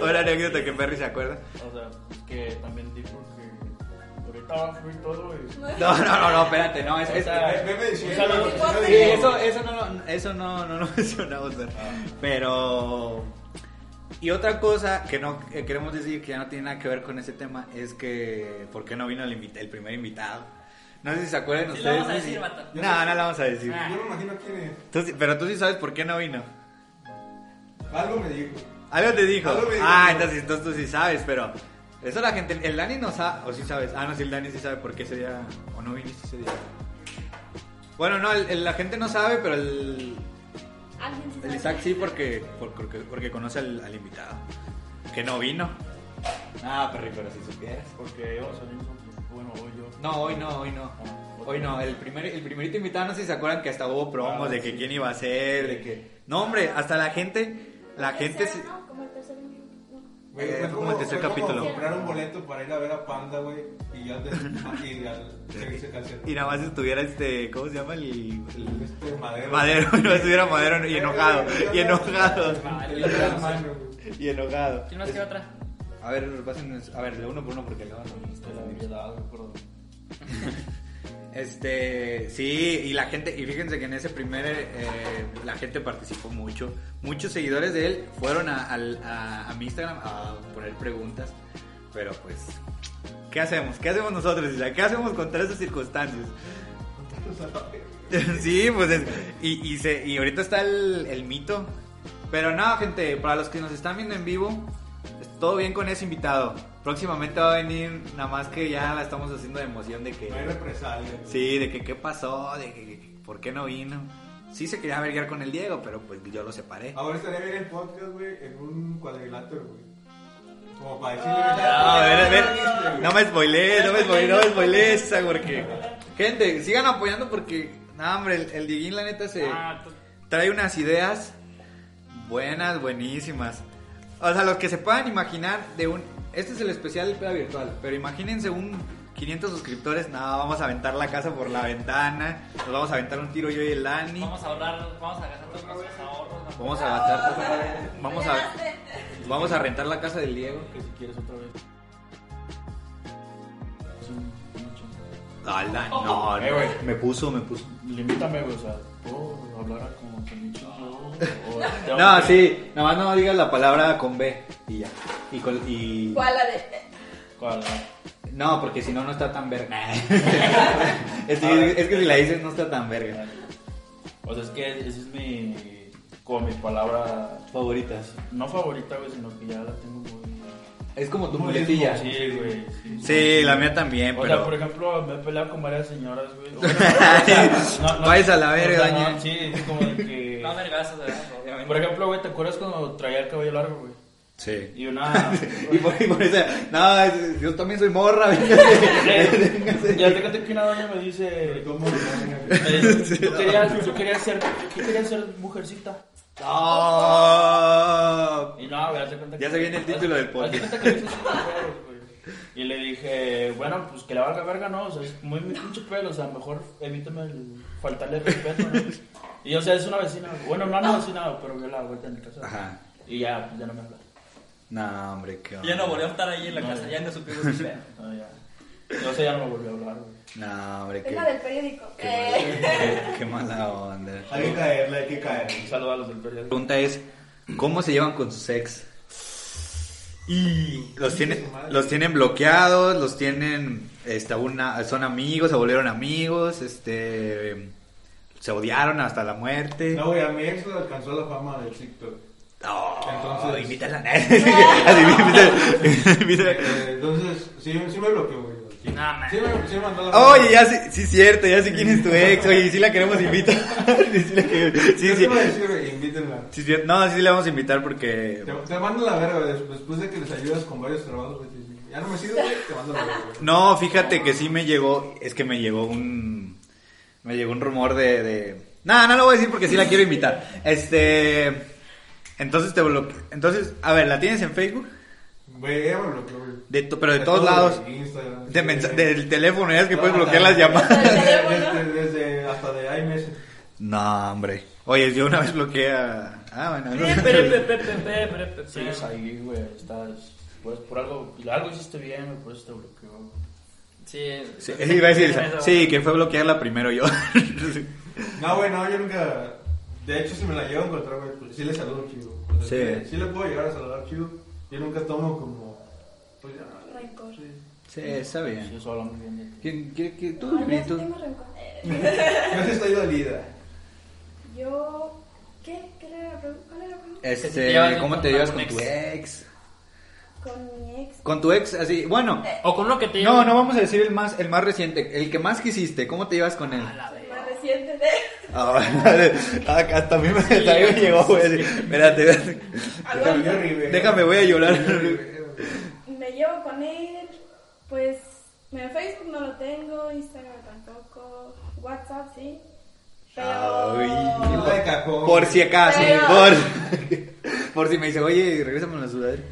Una anécdota que Perry se acuerda. O sea, que también dijo que ahorita va a subir todo y. No, no, no, no, espérate, no, es, es- Ah. Veme diciendo. Un saludo. veme sí, eso, diciendo. eso no lo, eso no, no lo mencionamos, pero- pero y otra cosa que no que queremos decir que ya no tiene nada que ver con ese tema es que por qué no vino el, invita- el primer invitado. No sé si se acuerdan Sí, lo ustedes. vamos a ¿no? decir, Sí. vato. No, no la vamos a decir. Ah. Yo me imagino quién es. Tú sí- pero tú sí sabes por qué no vino. Algo me dijo. Algo te dijo. Algo me dijo. ah, entonces, entonces tú sí sabes, pero. Eso la gente. El Dani no sabe. O sí sabes. Ah, no, sí, el Dani sí sabe por qué ese día. O no viniste ese día. Bueno, no, el- el- la gente no sabe, pero el. Alguien sí El sabe. Isaac sí, porque, por- porque, porque conoce al, al invitado. Que no vino. Ah, perri, pero si supieras. Porque iba a salir con. Bueno, hoy yo. No, hoy no, hoy no. Hoy no, el, primer, el primerito invitado, no sé si se acuerdan que hasta hubo promos Ah, de que sí. quién iba a ser, de que. No, hombre, hasta la gente. La El gente. tercero, se- ¿no? Como el tercero, ¿no? Güey, Eh, fue como el tercer fue capítulo. comprar un boleto para ir a ver a Panda, güey. Y ya te. Y ya se se canceló. Y nada más estuviera este, ¿cómo se llama? El, el- Este madero. Madero, y no estuviera Madero y enojado, y enojado. El gran Madero, güey. y enojado. ¿Quién más que otra? A ver, pasen, a ver, de uno por uno porque le van Te Este, la había dado, pero. Este, sí, y la gente, y fíjense que en ese primer, eh, la gente participó mucho. Muchos seguidores de él fueron a, al- a- a mi Instagram a poner preguntas, pero pues, ¿qué hacemos? ¿Qué hacemos nosotros, Isla? ¿Qué hacemos contra esas circunstancias? Sí, pues es- y, y, se- y ahorita está el, el mito. Pero nada, gente, para los que nos están viendo en vivo, es- todo bien con ese invitado. Próximamente va a venir, nada más que ya la estamos haciendo de emoción de que... No hay represalias. güey. Sí, de que qué pasó, de que, que- por qué no vino. Sí se quería verguiar con el Diego, pero pues yo lo separé. Ahora estaría bien el podcast, güey, en un cuadrilátero, güey. Como para decirle. No, Ah, a ver, a ver, no me spoilé, no me spoilé, no me spoilé esa, porque... Gente, sigan apoyando porque, no, hombre, el, el Dieguín la neta se Ah, tú- trae unas ideas buenas, buenísimas. O sea, los que se puedan imaginar de un... Este es el especial virtual, pero imagínense un 500 suscriptores, no, vamos a aventar la casa por la ventana, nos vamos a aventar un tiro yo y el Lani. Vamos a ahorrar, vamos a gastar todos nuestros ahorros. ¿no? Vamos a gastar todo. Vamos a, vamos a rentar la casa del Diego. Que si quieres otra vez. Es un- un chingón. Ala, no, Eh, güey. Me puso, me puso. Limítame, güey, o sea, ¿puedo hablar a como que mi chingón? O- No, sí, nada más no digas la palabra con B y ya. Y con- y- ¿Cuál la de? ¿Cuál? No, porque si no, no está tan verga. es, que, es que si la dices, no está tan verga. O sea, es que esa es mi. Como mi palabra. Favoritas. No favorita, güey, sino que ya la tengo muy. Es como tu Muy muletilla. bien, Sí, güey. Sí, Sí, la mía también, O sea, por pero. ejemplo, me he peleado con varias señoras, güey. Vais a la verga, no, Daniel. Sí, es como de que. No, vergazos, ¿verdad? obviamente. Por ejemplo, güey, ¿te acuerdas cuando traía el cabello largo, güey? Sí. Y una. Y por, y por eso, no, es- yo también soy morra, venga. Eh, Ya fíjate que una doña me dice. ¿Cómo? me dice, Yo quería, yo quería ser, yo quería ser mujercita. No. Y no, güey, haz de cuenta que- Ya se viene el título del podcast. haz de cuenta que me hizo así los pelos, güey. Y le dije, bueno, pues que la valga verga, no, o sea, es muy mi pinche pelo, o sea, mejor evítame el faltarle el respeto, ¿no? Y o sea, es una vecina, bueno, no una vecina, pero vio la vuelta en mi casa. Ajá. Y ya, pues ya no me habla. No, hombre, qué onda. Ya no volvió a estar ahí en la No. casa, ya no supimos qué pedo. No, ya. No sé, ya no me volvió a hablar, güey. No, hombre, Es qué. la del periódico. Qué Eh, mala, qué mala onda. Hay que caerla, hay que caer. Un saludo a los del La periódico. pregunta es: ¿cómo se llevan con sus ex? Y los tienen, los tienen bloqueados, los tienen, este, una, son amigos, se volvieron amigos, este, se odiaron hasta la muerte. No, güey, a mi ex le alcanzó la fama del TikTok. Entonces, Entonces- invítala. Así, invítala, invítala. Eh, Entonces, sí, sí me bloqueó, güey. Sí, No, man. sí me, sí me mandó la Oye, ya sé, sí, cierto, ya sé quién es tu ex. Oye, sí la queremos invitar. Sí, sí, la queremos- sí, Yo sí. te iba a decir, güey, invítenla. Sí, sí, No, sí la vamos a invitar porque. Te, te mando la verga, güey. Después de que les ayudas con varios trabajos, güey. te dicen, Ya no me sirve, güey, te mando la verga, güey. No, fíjate que sí me llegó, es que me llegó un, me llegó un rumor de, de... No, no lo voy a decir porque sí la quiero invitar. Este, entonces te bloqueo, entonces, a ver, ¿la tienes en Facebook? Güey, ella me bloqueó, güey. De to- pero de todos todo, lados. güey, Instagram. De mensa- sí, del teléfono, ya es que No, puedes hasta- bloquear las llamadas. Del teléfono. Desde, desde- hasta de iMessage. No, hombre. Oye, yo una vez bloqueé a... Ah, bueno. no. Sigues ahí, güey, estás, pues por algo, algo hiciste bien, güey, por eso te bloqueó. güey. Sí, Sí, iba a decir, sí, que fue bloquearla primero yo. No, güey, no, yo nunca. De hecho, si me la llevo a encontrar, güey, pues sí le saludo chido. O sea, Sí. sí. sí le puedo llegar a saludar chido. Yo nunca tomo como. Pues ya. Rencor. Sí. Sí, está Sí, bien. eso habla muy bien de ti. ¿Quién quiere que tú, Ay, ya sí tú? tengo rencor. Eh, Yo sí estoy dolida. Yo. ¿Qué? ¿Qué era la pregunta? ¿Cuál era la pregunta? Que si te llevas Este, bien ¿cómo con te llevas con algún tu ex? Con mi ex. Con tu ex, así, bueno. O con lo que te No, no vamos a decir el más, el más reciente, el que más quisiste, ¿cómo te llevas con él? A la El verga. más reciente de. Ah, hasta a mí me, hasta a mí me llegó, güey. así, Espérate, espérate. Déjame, yo arriba. Déjame, voy a llorar. Yo arriba. Me llevo con él. Pues. En Facebook no lo tengo, Instagram tampoco, WhatsApp sí. Pero. Ay, Hijo de cajón. Por si acaso, Pero- por, por si me dice, oye, regrésame la sudadera.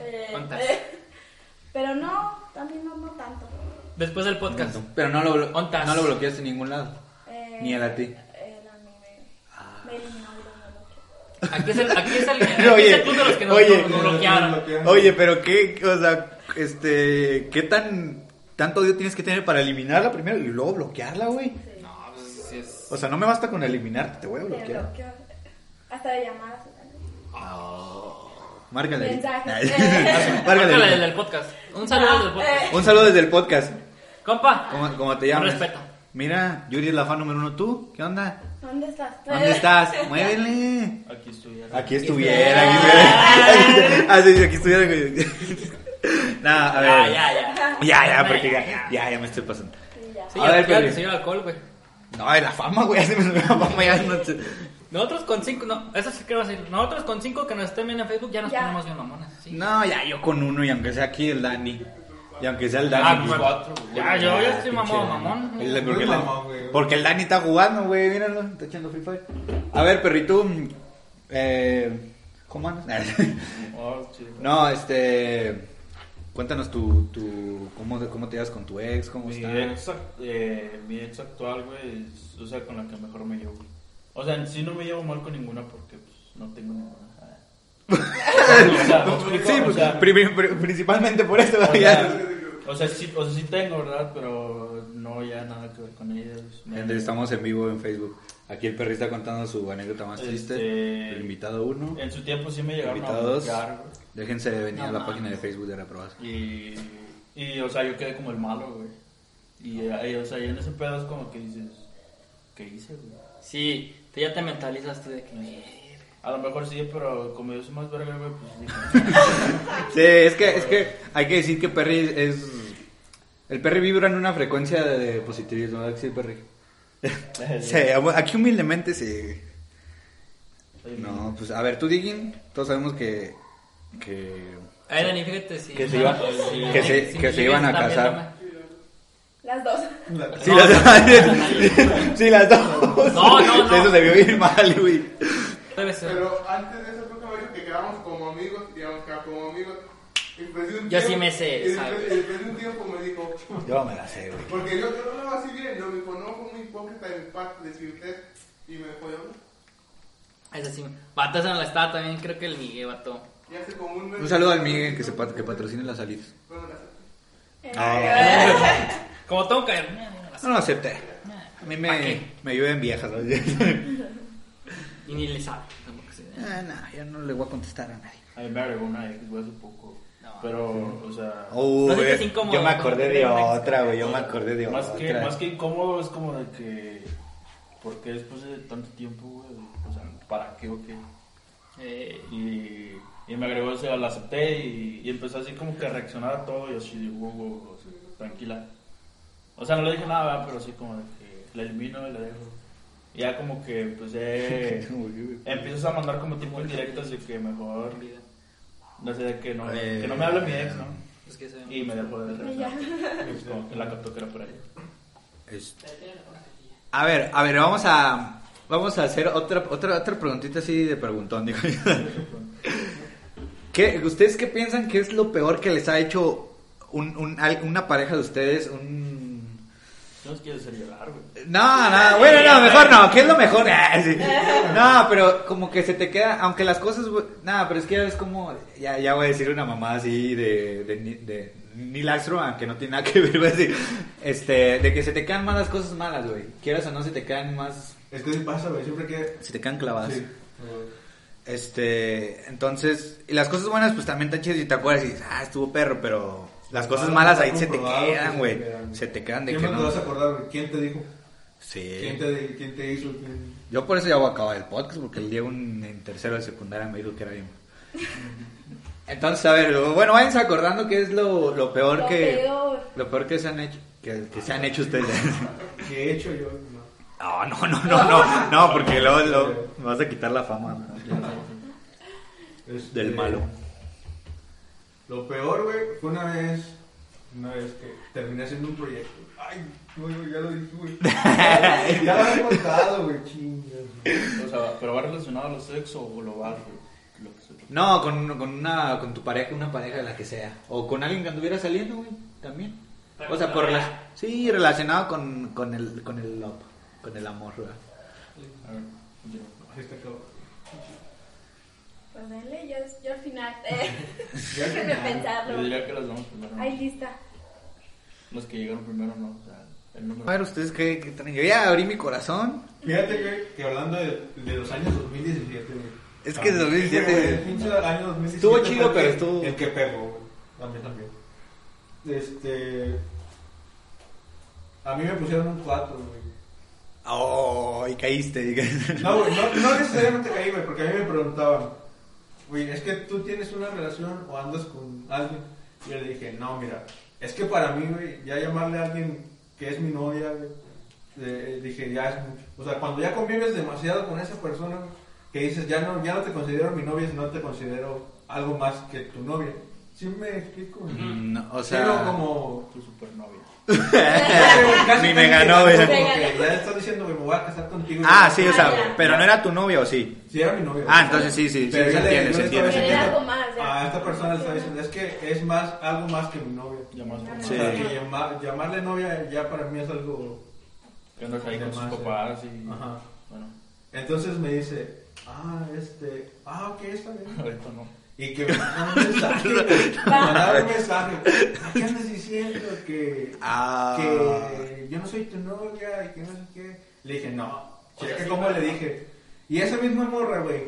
Eh, ¿Cuántas? eh, pero no, también no, no tanto. Después del podcast. Pero no lo, blo- Ontas. no lo bloqueaste en ningún lado. Eh, Ni él a ti. Ah. Él a mí me, me eliminó y luego me bloqueó. Aquí es el, aquí es el, aquí Oye, es el punto de los que nos, oye. nos- nos bloquearon. Oye, pero qué, o sea, este, ¿qué tan, tanto odio tienes que tener para eliminarla primero y luego bloquearla, güey? Sí. No, pues sí es. O sea, no me basta con eliminarte, te voy a me bloquear. bloqueó. Hasta de llamadas. Márcale. Mensaje. Márcale. Márcale el del podcast. Un saludo del podcast. Eh. Un saludo desde el podcast. Compa. ¿Cómo, cómo te llamas? Con respeto. Mira, Yuri es la fan número uno. ¿Tú? ¿Qué onda? ¿Dónde estás? ¿Dónde estás? Muévele. Aquí estuviera. Aquí estuviera. Aquí estuviera. Ah, sí, sí, aquí estuviera. güey. Nada, Ya, a ver. Ah, ya, ya. Ya, ya, porque ya, ya, ya me estoy pasando. Sí, ya. Sí, A ver, ya, ya Pedro. recibió alcohol, güey. No, de la fama, güey. Ya se me subió la fama. Ya no sé. Nosotros con cinco, no, eso sí quiero decir. Nosotros con cinco que nos estén viendo en Facebook ya nos Ya. ponemos bien mamonas. Sí. No, ya yo con uno. Y aunque sea aquí el Dani. Y aunque sea el Dani. Ah, pues, pues, cuatro, güey. Ya, yo ya estoy Pinche mamón, Dani. mamón. El- porque, el, Mamón, güey. porque el Dani está jugando, güey. Míralo, está echando Free Fire. A ver, perrito. mm, Eh, ¿Cómo andas? Oh, sí. no, este. Cuéntanos tu. tu cómo, cómo te llevas con tu ex? ¿Cómo Mi está? ex, ac- eh, mi ex actual, güey, es, o sea, con la que mejor me llevo. O sea, en sí no me llevo mal con ninguna porque pues, no tengo ninguna. Ah. o sea, ¿me explico? Sí, pues, o, sea, pri- pri- principalmente por eso. o, ya. sea, o sea, sí, o sea, sí tengo, ¿verdad? Pero no ya nada que ver con ellas. Gente, Este, Estamos en vivo en Facebook. Aquí el perrista contando su anécdota más triste. Este- El invitado uno. En su tiempo sí me llegaron a Invitados. bloquear, güey. Déjense de venir No a la mames. página de Facebook de la probaza. Y, y, o sea, yo quedé como el malo, güey. Y, eh, o sea, y en ese pedo es como que dices, ¿qué hice, güey? Sí, tú ya te mentalizaste de que. A lo mejor sí, pero como yo soy más verga, güey, pues dije, Sí, es que, es que hay que decir que Perry es. El Perry vibra en una frecuencia de positivismo, ¿verdad que sí, Perry? Sí, aquí humildemente sí. soy No, pues a ver, tú, Diggin, todos sabemos que. que Ay, Dani, fíjate si. Que se iban- que se- si que se mi iban a está casar. viéndome. Las dos. La- Sí, las, sí, las dos. No, no, no. Eso se vio bien mal, güey. Debe ser. Pero antes de eso, creo que me dijo que quedamos como amigos, digamos, que como amigos. Y después de un Yo sí tiempo- me sé y después- esa, güey. y después de un tiempo me dijo, Yo me la sé, güey. porque yo yo no lo así bien, no me dijo, no, fue muy hipócrita de mi parte decir usted, y me dejó de hablar. Esa sí. me- Vato, esa no la estaba también, creo que el Miguel, vato. Y hace como un mes. Un saludo al Miguel que, se pat- que patrocine las salidas. Bueno, gracias. Eh, Como tengo que. No lo acepté. A mí ¿Pa' me, qué? me llueven viejas. ¿no? Y ni le sabe. Tampoco se ve. Ah, no, yo no le voy a contestar a nadie. A mí me agregó una ex, güey, hace poco. No. Pero, o sea. Uh, No sientes güey, incómodo yo me cuando acordé te de agregan ex. otra, güey. Yo me acordé de más otra. que, más que incómodo es como de que. ¿Por qué después de tanto tiempo, güey? O sea, ¿para qué o qué? Eh, Y, y me agregó, o sea, la acepté y, y empezó así como que a reaccionar a todo y así, wow, wow, o sea, tranquila. O sea, no le dije nada, ¿verdad? pero así como de que la elimino y la dejo. Y ya como que empecé, empiezas a mandar como tipo indirectas de que mejor, vida. no sé, de que no, Eh, que no me hable mi ex, ¿no? Pues que se Y me dejó de Y ya. regresar. Pues como que la captó que era por ahí. Este, A ver, a ver, vamos a vamos a hacer otra otra otra preguntita así de preguntón, digo. ¿Qué, ustedes qué piensan que es lo peor que les ha hecho un- un- al- una pareja de ustedes, un No nos quiere hacer llorar, güey. no, no, bueno, no, mejor no, ¿qué es lo mejor? Ah, sí. No, pero como que se te queda, aunque las cosas, güey, nada, pero es que ya ves como, ya, ya voy a decir una mamá así de, de, Ni- de Neil Armstrong, aunque no tiene nada que ver, voy a decir, este, de que se te quedan malas cosas malas, güey, quieras o no, se te quedan más, Es que sí pasa, güey, siempre que... se te quedan clavadas. Sí. Este, entonces, y las cosas buenas, pues también tan chidas y te acuerdas y dices, ah, estuvo perro, pero las cosas malas ahí se te Comprobado que se quedan, te güey, quedan. se te quedan de que Siempre te no. vas a acordar, güey, ¿quién te dijo? Sí. ¿Quién te, quién te hizo? ¿Quién- Yo por eso ya voy a acabar el podcast, porque el día un en tercero de secundaria me dijo que era bien. Entonces, a ver, bueno, váyanse acordando qué es lo, lo peor Lo que. peor. Lo peor que se han hecho. Que, que se han hecho ustedes. ¿Qué he hecho yo? No. No, no, no, no, no. No, porque luego, luego me vas a quitar la fama Este, del malo. Lo peor, güey, fue una vez, una vez que terminé haciendo un proyecto. Ay, güey, güey, ya lo dije, güey. ya lo había contado, güey, chingas. güey. O sea, pero va relacionado a los sexo o lo va, güey, lo que se te- No, con, con una con tu pareja, una pareja de la que sea. O con alguien que anduviera saliendo, güey, también. O sea, por la, sí, relacionado con, con el con el love, con el amor, ¿verdad? A ver, continúa. Ahí está cabrón. Pues dale, yo, yo al final. Eh, Ya al déjenme final, Yo pensarlo. diría que las damos primero. ¿no? Ay, lista. Los que llegaron primero, no. O sea, el número. A ver, ustedes qué, qué traen? Yo ya abrí mi corazón. Fíjate, güey, que hablando de, de los años 2017, güey. Es que Ah, 2017, güey, El pinche año 2017. Estuvo chido, fue el pero que- estuvo- El que pegó, güey. También, también. Este. A mí me pusieron un 4, güey. Oh, y caíste. y caíste. No, güey, no, no necesariamente caí, güey, porque a mí me preguntaban, güey, es que tú tienes una relación o andas con alguien. Y yo le dije, no, mira, es que para mí, güey, ya llamarle a alguien que es mi novia, güey, eh, dije, ya es mucho. O sea, cuando ya convives demasiado con esa persona, güey, que dices, ya no, ya no te considero mi novia, no te considero algo más que tu novia. ¿Sí me explico? Mm, No, o O sea, sea, como... Tu supernovia. Ni me ganó, güey. güey. Ya estás diciendo, güey, me voy a casar contigo. Ah, sí, o sea, Ah, ya. pero no era tu novio, ¿o sí? Sí, era mi novio. Ah, entonces sí, sí, sí, Pero se ya le- entiende, se yo le estaba entiende. Pero era algo diciendo más, ya. A esta persona le estaba diciendo, es que es más, algo más que mi novio. Ya más Sí. O como- sea, que llamar- llamarle novia ya para mí es algo... Que andas ahí con sus Demás, papás y. Ajá. Bueno, Entonces me dice, ah, este, ah, ok, está bien. ahorita no. Y que me mandaba un mensaje, güey. me mandaba un mensaje. "Ah, ¿Qué andas diciendo? Que, Ah. que yo no soy tu novia y que no sé qué. Le dije, no. sea, Checa sí, cómo pero- le dije. Y esa misma morra, güey,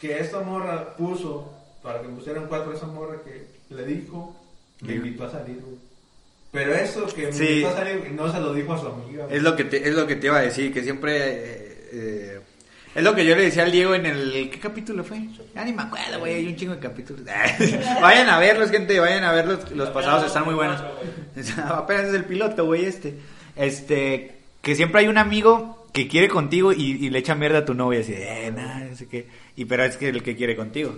que esta morra puso para que pusieran cuatro, esa morra que le dijo, me Sí. invitó a salir, güey. Pero eso que me Sí. invitó a salir, güey, no se lo dijo a su amiga. güey. Es lo que te, es lo que te iba a decir, que siempre eh, eh, Es lo que yo le decía al Diego en el. ¿Qué capítulo fue? Ya ni me acuerdo, güey. Hay un chingo de capítulos. vayan a verlos, gente. Vayan a verlos. Los pasados están muy buenos. Apenas es el piloto, güey. Este. Este. Que siempre hay un amigo que quiere contigo y, y le echa mierda a tu novia. Así, eh, nada, no sé qué. Y pero es que el que quiere contigo.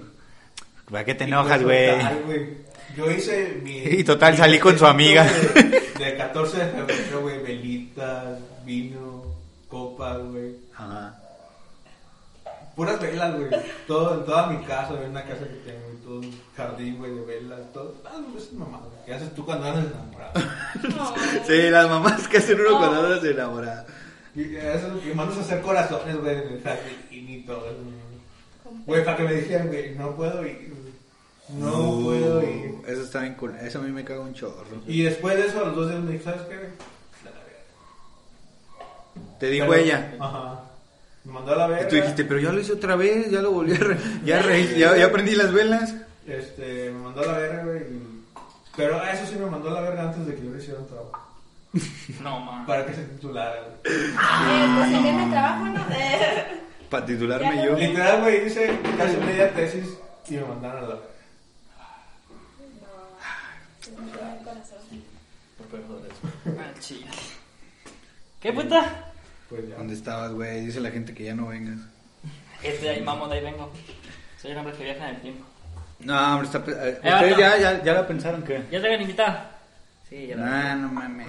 ¿Para qué te enojas, Y, pues, güey? total, güey, Yo hice mi. Y total, salí con su amiga. De, de 14 de febrero, güey. Velitas, vino, copas, güey. Ajá. Puras velas, güey. Todo, en toda mi casa, güey. Una casa que tengo, y todo un jardín, güey, de velas, todo. Ah, no, es mamá, güey. ¿Qué haces tú cuando andas enamorado? No. Sí, las mamás que hacen uno No. cuando andas enamorada. Y, y eso es lo que mandas a hacer corazones, güey, en el jardín y todo. güey. Güey, para que me dijeran, güey, no puedo ir. güey. No puedo ir. Uh, Eso está bien cool. Eso a mí me cago un chorro. Y después de eso, a los dos días me dije, ¿sabes qué? La verga. Te dijo Pero- ella. Ajá. Me mandó a la verga. Y tú dijiste, pero ya lo hice otra vez, ya lo volví a re- ya, re- ya, ya prendí las velas. Este, me mandó a la verga, güey. y- Pero a eso sí me mandó a la verga antes de que yo le hiciera un trabajo. No, man. Para que se titulara, güey. Eh, pues en el trabajo no. Eh, Para titularme yo. Literal, güey, hice casi media tesis y me mandaron a la verga. no, me duele el corazón. Ah, chica. ¿Qué puta? Pues ya. ¿Dónde estabas, güey? Dice la gente que ya no vengas. Este ahí, mamón, de ahí vengo. Soy un hombre que viaja en el tiempo. No, hombre, está... pe- eh, Eh, ¿Ustedes vato. ya, ya, ya la pensaron que... ¿Ya te habían invitado? Sí, ya la- Ah, no mames.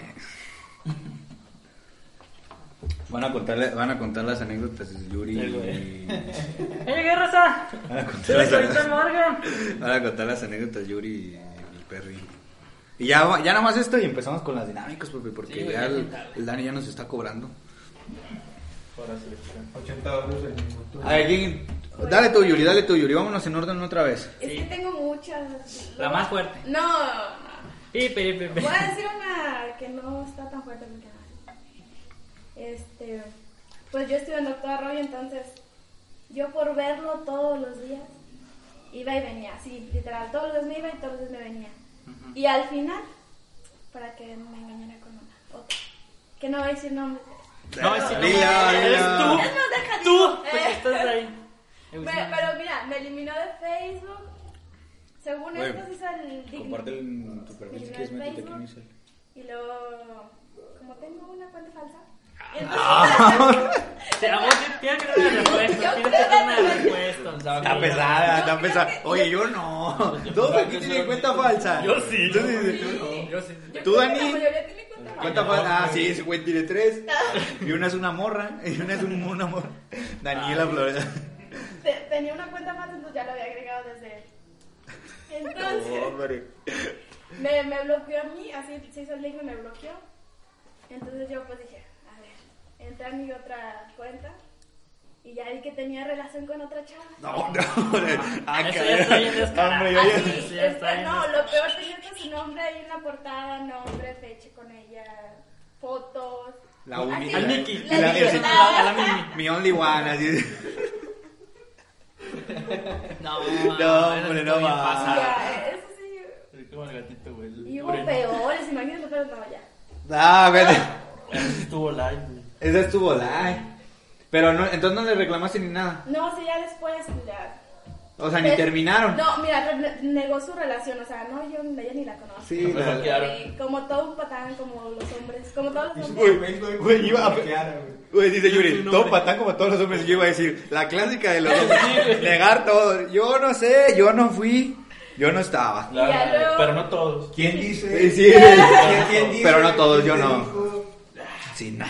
Van a, contarle, van a contar las anécdotas de Yuri. Sí, güey. y- ¡Ya llegué, raza! Van a contar ¡Se las les ahorita el anécdotas. morgan! Van a contar las anécdotas Yuri y el Perry. Y ya, va- ya nada más esto y empezamos con las dinámicas, papi, porque Sí, güey, ya ya el, quítale. el Dani ya nos está cobrando. Para selección. 80 dólares el minuto. A ver, ¿quién? Dale tú, Yuri, dale tú, Yuri. Vámonos en orden otra vez. Es que tengo muchas. La más fuerte. No, no. Pi, pi, pi, pi. Voy a decir una que no está tan fuerte porque no. Este, pues yo estuve en Doctor Arroyo, entonces yo por verlo todos los días iba y venía, sí, literal, todos los días me iba y todos los días me venía. Y al final, para que me engañara con una otra, que no voy a decir nombres. No, es Dilo, Eres tú. dilo. Es más, deja, Tú, digo, tú que eh. estás ahí. Me- pero mira, me eliminó de Facebook. Según Oye, esto, se hizo el digno. Comparte en tu perfil si quieres meterte aquí en mi cel. Y luego, como tengo una cuenta falsa, Ah. Te amo, tiene que tener una respuesta. Yo Tiene que creo tener una que- respuesta. ¿sabes? Está pesada, está Yo creo pesada. que- Oye, yo no. Todos aquí tienen cuenta falsa. Yo sí. Tú dices, Sí. Yo sí. Yo ¿Tú, creo que Dani? La mayoría tiene cuenta Cuenta falsa. falsa. Ah, sí, ese güey tiene tres. Y una es una morra. Y una es un, una morra. Daniela Flores. Te- Tenía una cuenta falsa, entonces ya la había agregado desde él. Entonces, Hombre. me, me bloqueó a mí, así se hizo el link y me bloqueó. Entonces yo pues dije, a ver, entré a mi otra cuenta y ya vi que tenía relación con otra chava. No, no, hombre. Ah, Eso ya cabrón. está bien descarado. Hombre, yo ya- Así, Sí, ya está este, bien. no, lo peor tenía que su nombre ahí en la portada, nombre, fecha con ella, fotos. La única. Al Así, Mickey. la Y la- etiquetaba. A la Mimi. Mi only one. Así. No, No, hombre, no va. va. Ah. Ya, eso sí. Es como el gatito, güey. el Y hubo Breno. peores, imagínate lo peor, no, ya. Ah, vete. Ese Estuvo live, güey. Esa estuvo live. Pero no, entonces no le reclamaste ni nada. No, sí, ya después, ya. O sea, ni Pues, terminaron. No, mira, re- negó su relación, o sea, no, yo ella ni la conozco. Sí, Pero la- que- claro. Y como todo un patán, como los hombres, como todos los hombres. Güey, güey, iba a- Güey, dice Yuri, todo patán como todos los hombres. Yo iba a decir, la clásica de los hombres. Negar todo. Yo no sé, yo no fui, yo no estaba. La- Ya luego- Pero no todos. ¿Quién dice? Sí, sí. Pero no todos, yo no. Sí, no.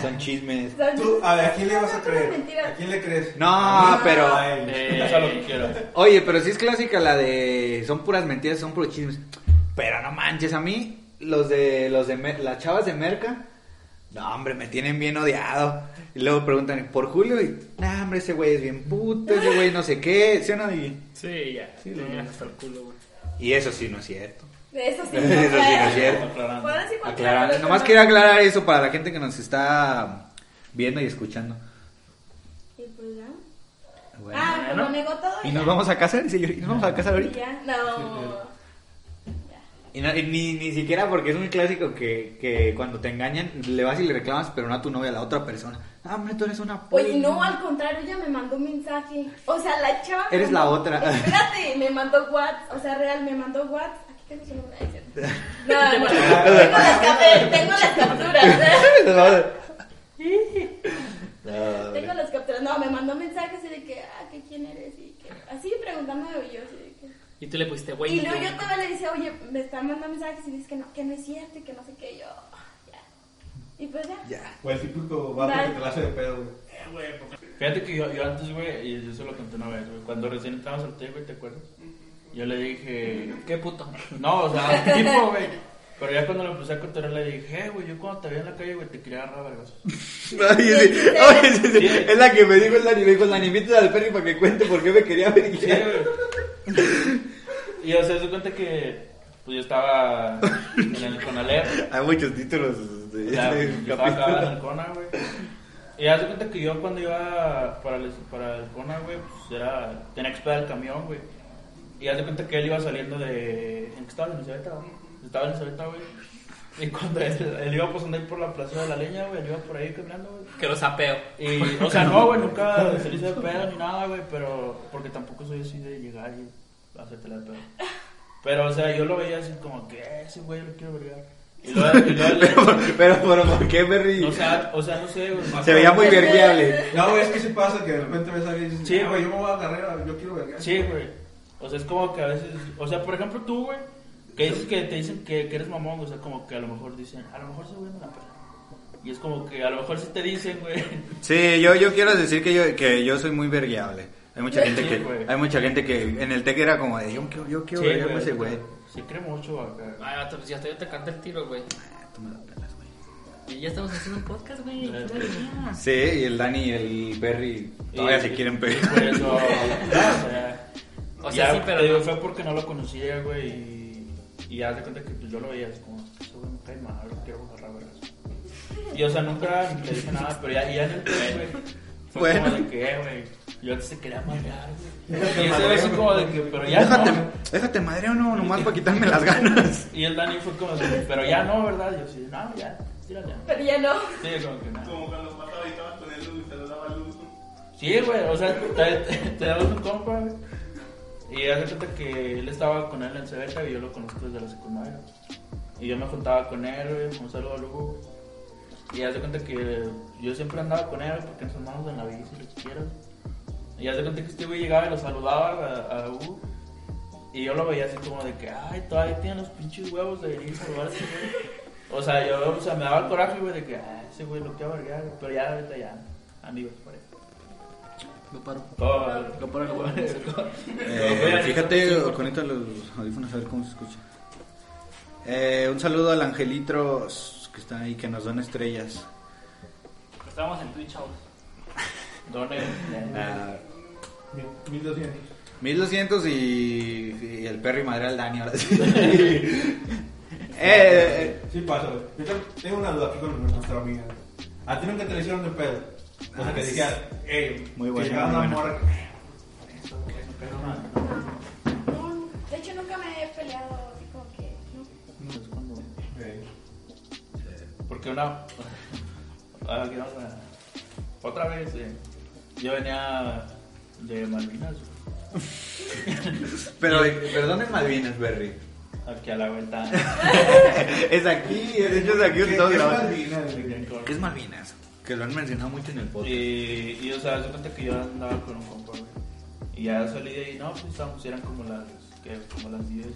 Son chismes. Son- Tú, a ver, ¿a quién le No, vas a son puras creer? mentiras. ¿A quién le crees? No, ¿A mí? pero- A él. Eh, Haz lo que quieras. Oye, pero sí es clásica la de son puras mentiras, son puros chismes. Pero no manches, a mí los de los de Mer- las chavas de Merca, no hombre, me tienen bien odiado. Y luego preguntan por Julio y, no hombre, ese güey es bien puto, ese güey no sé qué, ¿sí o no? Y, Sí, ya. Sí, ya. Hasta el culo, güey. y eso sí no es cierto. Eso sí, Eso sí no es cierto. Aclarando. Puedo decir cualquier Aclarar, cosa, nomás ¿no? quería aclarar eso para la gente que nos está viendo y escuchando. Y pues ya. Bueno. ah, pues bueno. lo negó todo. y y nos ya. vamos a casar, dice Yuri, nos vamos a casar Y ahorita. ya, no. Ya. Y, no- y ni, ni siquiera porque es un clásico que, que cuando te engañan le vas y le reclamas, pero no a tu novia, a la otra persona. Ah, hombre, tú eres una Oye, polla. Pues no, al contrario, ella me mandó un mensaje. O sea, la chava. me Eres la mandó- otra. Espérate, me mandó WhatsApp. O sea, real, me mandó WhatsApp. Aquí tengo su nombre. Ay, cierto. No, no, tengo las, cap- eh, tengo las capturas. ¿eh? No, hombre. tengo las capturas. No, me mandó mensajes así de que, ah, que quién eres. Y que, así preguntándome yo. Así de que, Y tú le pusiste, güey. Y luego güey. yo todavía le decía, oye, me están mandando mensajes y dices que no, que no es cierto y que no sé qué, y yo, ya. Y pues ya. Ya. O el típico vato que te la hace de pedo, güey. Fíjate que yo, yo antes, güey, y yo se lo conté una vez, güey. Cuando recién estábamos al té, güey, ¿te acuerdas? Yo le dije. Qué puto. No, o sea, tipo, güey. Pero ya cuando lo empecé a contar, le dije, eh, güey, yo cuando te veía en la calle, güey, te quería agarrar a vergazos". No, y sí, oye, sí, sí, Es la que me dijo el Dani, me dijo, Dani, invítala al Ferry para que cuente por qué me quería ver. Sí, güey. Y o sea, se cuenta que pues yo estaba en el Conalep. Hay muchos títulos O de sea, este yo estaba acá en el capítulo. Cona, güey. Y hace cuenta que yo cuando iba para el, para el Cona, güey, pues era, tenía que esperar el camión, güey. Y hace cuenta que él iba saliendo de... ¿En qué estaba? ¿En Isabeta? Estaba en Isabeta, güey. Y cuando él, él iba pasando ahí por la plaza de la leña, güey, él iba por ahí caminando, güey. Que lo sapeo. Y, o sea, no, güey, nunca se le hice de pedo ni nada, güey, pero porque tampoco soy así de llegar y hacértela de pedo. Pero, o sea, yo lo veía así como que "Eh, ese güey yo lo quiero vergar. Y luego, y luego Pero, pero, pero, ¿por qué Ferry? o, sea, o sea, no sé, güey. Se veía muy vergueable. No, güey, es que sí pasa que de repente me sale y dices, Sí, sí, güey, yo me voy a agarrar, yo quiero verga. Sí, güey. O sea, es como que a veces. O sea, por ejemplo, tú, güey, que dices que te dicen que, que eres mamón, o sea, como que a lo mejor dicen, a lo mejor se güey me la pela. Y es como que a lo mejor sí te dicen, güey. Sí, yo, yo quiero decir que yo, que yo soy muy vergueable. Hay mucha gente Sí, que, güey. hay mucha gente que en el tech era como de yo quiero, yo quiero verguearme a ese güey. Se cree mucho acá. Ay, vato, pues ya estoy te canto el tiro, güey. Ah, tú me la pelas, güey. Y ya estamos haciendo un podcast, güey. ¿Qué verga? Sí, y el Dani y el Perry todavía Y- se quieren y Por pegar. eso. no, o sea, O sea, ya, sí, pero te digo, no. fue porque no lo conocía, güey. Y, y ya te cuenta que pues, yo lo veía, es como, ese güey me cae mal, lo quiero agarrar, ¿verdad? Y o sea, nunca le dije nada, pero ya, ya en el tren, güey. Fue Bueno. como de que, güey. Yo antes se quería madrear, güey. Y ese güey así como de que, pero ya. déjate, no. déjate madre o no, nomás para quitarme las ganas. Y el Dani fue como así, pero ya no, ¿verdad? Y yo sí, no, ya, tírale. Pero ya no. Sí, como que nada. Como cuando mataba y estabas con el luz y te lo daba luz. Sí, güey, o sea, te, te damos un compa, güey. Y hace cuenta que él estaba con él en Cebeta y yo lo conozco desde la secundaria. Y yo me juntaba con él, güey, un saludo a Lugo. Y hace cuenta que yo siempre andaba con él güey, porque nos andamos en la bici, lo que quieras. Y hace cuenta que este güey llegaba y lo saludaba a, a Hugo. Y yo lo veía así como de que, ay, todavía tiene los pinches huevos de venir a saludar a ese güey. O sea, yo, o sea, me daba el coraje, güey, de que, ay, ese güey lo quiero vergar, pero ya, ahorita ya, amigos, por eso. Lo paro. Oh, Lo paro, lo paro. Eh, fíjate, conecta los audífonos a ver cómo se escucha. Eh, un saludo al Angelitros que está ahí, que nos dan estrellas. Estamos en Twitch ahora. ¿Dónde? Ah, Mil- 1200. 1200 y, y el perro y madre al Dani ahora sí. Eh, eh, Sí pasa, güey. Yo tengo- tengo una duda aquí con nuestra amiga. ¿A ti nunca te le hicieron de pedo? O sea, que dijeras, hey, Ah, Muy buena, que llegaba muy una buena. morra. No, de hecho, nunca me he peleado así como que. No. Eh, Porque una. Ah, aquí vamos a- Otra vez, eh, yo venía de Malvinas, güey, pero, pero ¿dónde es Malvinas, Berry? aquí a la vuelta. Es aquí, de hecho es aquí donde ¿qué- todos qué es grabamos. Malvina, güey? ¿Qué es Malvinas? Que lo han mencionado mucho en el Y, podcast. y, o sea, se cuenta que yo andaba con un compa, güey. Y ya salí de ahí, no, pues estábamos, eran como las, ¿qué? Como las 10.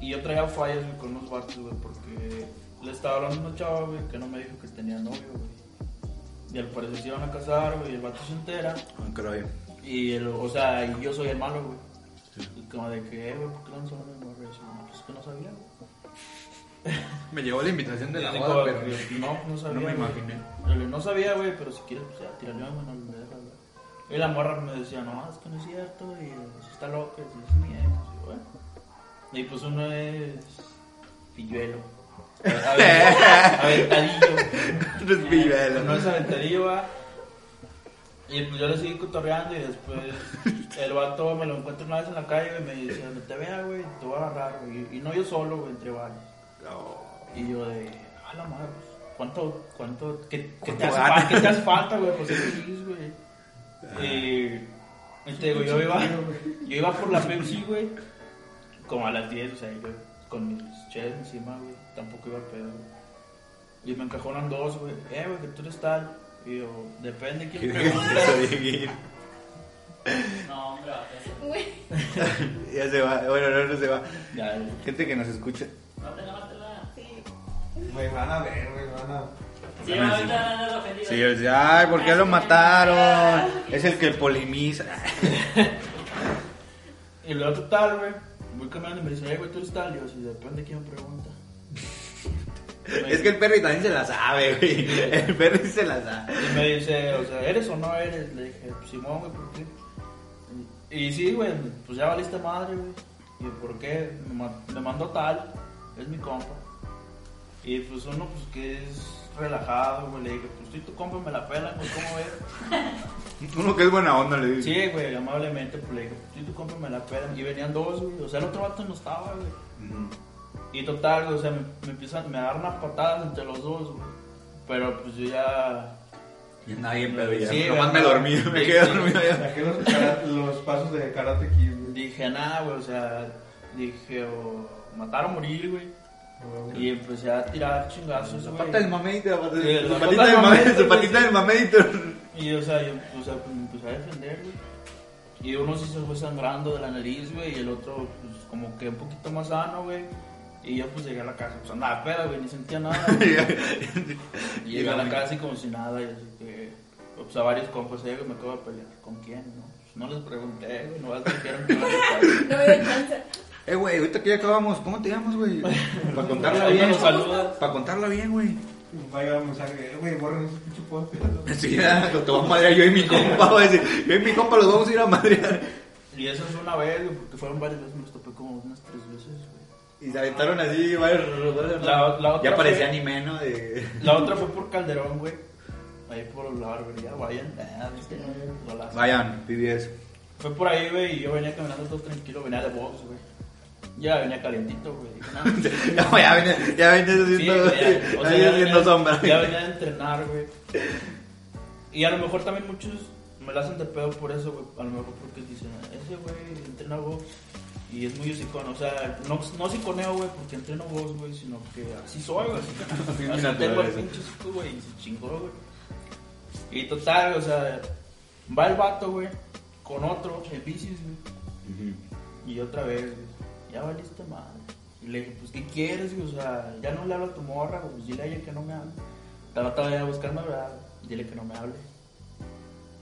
Y yo traía fallas, güey, con unos vatos, güey, porque le estaba hablando a una chava, güey, que no me dijo que tenía novio, güey. Y al parecer se iban a casar, güey, y el vato se entera. No creo. Y, el- o sea, y yo soy el malo, güey. Y Como de que, eh, güey, ¿por qué no son los morros? No, pues que no sabía, güey. Me llegó la invitación de Y la digo, boda, pero No, no sabía. no me güey. imaginé. Yo le- No sabía, güey, pero si quieres, pues ya, tírale, güey, no me dejas, güey. Y la morra me decía, no, es que no es cierto, y pues, está loca, y es mi ex, y bueno. Y pues uno es. pilluelo. A- a- Aventadillo. Eres pilluelo. No es aventadillo, va. Y pues yo le seguí cotorreando y después el vato me lo encuentro una vez en la calle y me dice, no te vea, güey, te voy a agarrar, güey. Y no yo solo, güey, entre varios. Y yo de, a la madre, pues, ¿cuánto, cuánto, qué, qué te, ¿Cuánto hace gana? Ah. falta, qué te hace falta, güey? Pues Pepsi, güey. Y, y te digo, yo iba, yo iba por la Pepsi, güey, como a las 10, o sea, yo con mis cheves encima, güey, tampoco iba a pedo, güey. Y me encajonan dos, güey, eh, güey, que tú eres tal. Y yo, depende quién pregunte. No, hombre, vato, eso. Güey, Ya se va, bueno, no, no se va. Ya, güey. Gente que nos escucha. Mátela, mátela. sí. Me van a ver, güey, van a. Sí, Dame ahorita encima. van a dar ofendidos. Sí, o sea, ay, ¿por qué lo mataron? Es el que poliniza. Y luego total, güey. Voy caminando y me dice, "Eh, güey, tú eres tal. Y yo, si depende quién pregunta. Es que el Perry también se la sabe, güey. El Perry se la sabe. Y me dice, o sea, ¿eres o no eres? Le dije, "Pues, Simón, güey, ¿por qué? Y y sí, güey, pues ya valiste madre, güey. Y yo, ¿por qué? Me, ma- me mandó tal, es mi compa. Y pues uno, pues que es relajado, güey. Le dije, pues tú y tu compa me la pelan, güey, ¿cómo ves? Uno que es buena onda le dice. Sí, güey, amablemente, pues le dije, pues tú y tu compa me la pelan. Y venían dos, güey. O sea, el otro vato no estaba, güey. Ujú. Y total, güey, o sea, me, me empiezan, me agarran unas patadas entre los dos, güey. Pero pues yo ya. Ya nadie en pedo ya. Sí, Nomás ¿verdad? me dormí, me Sí, quedé sí. dormido ya. Saqué los, kara- los pasos de Karate Kid, güey. Dije "Ah, nada, güey, o sea, dije, o matar o morir, güey. Y empecé a tirar chingazos, güey. Pata del mameito, la pata- Sí, su patita la pata del mameito, del mameito, pues. su patita sí. del mameito. Y o sea, yo o sea, pues, me empecé a defender, güey. Y uno sí se fue sangrando de la nariz, güey, y el otro, pues, como que un poquito más sano, güey. Y yo, pues, llegué a la casa, pues, andaba peda, güey, ni sentía nada, güey. Y llegué a la casa y como si nada, y así que, pues a varios compas, eh, güey, me acabo de pelear. ¿Con quién? No, Pues, no les pregunté, güey, no les dijeron que iban a estar. No me dio chance. Eh, güey, ahorita que ya acabamos, ¿cómo te llamas, güey? Para contarla Ahí bien. nos saludas. Para contarla bien, güey. Vaya mensaje, eh, güey, borren ese pinche poste. Sí, ya, lo te voy a madrear yo y mi compa, güey. sí. Yo y mi compa los vamos a ir a madrear. Y eso fue una vez, güey, porque fueron varias veces, me los topé como unas tres veces, güey. Y se aventaron así, varios- varios- La- la otra Ya parecía fue- anime, ¿no? De... La otra fue por Calderón, güey. Ahí por la barbería, vayan, ah, viste, golazo. Vayan, PBS. Fue por ahí, güey, y yo venía caminando todo tranquilo, venía de box, güey. Ya venía calientito, güey. dije, "No, sí, Ya, ya venía, ya venía güey, ya, haciendo, o ya sea, venía ya haciendo venía- sombra. Ya venía a entrenar, güey. Y a lo mejor también muchos me la hacen de pedo por eso, güey. A lo mejor porque dicen, ese güey entrena box y es muy hocicón. O sea, no, no siconeo, güey, porque entreno box, güey, sino que así soy, güey. Así, Sí, así natural tengo el eso. pinche hocico, güey, y se chingó, güey. Y total, o sea, va el vato, güey, con otro, en bicis, güey. Y otra vez, güey, ya valiste madre. Y le dije, pues, ¿qué quieres? güey? O sea, ya no le hablo a tu morra, güey, pues dile a ella que no me hable. Trataba de ir a buscarme, ¿verdad? Dile que no me hable.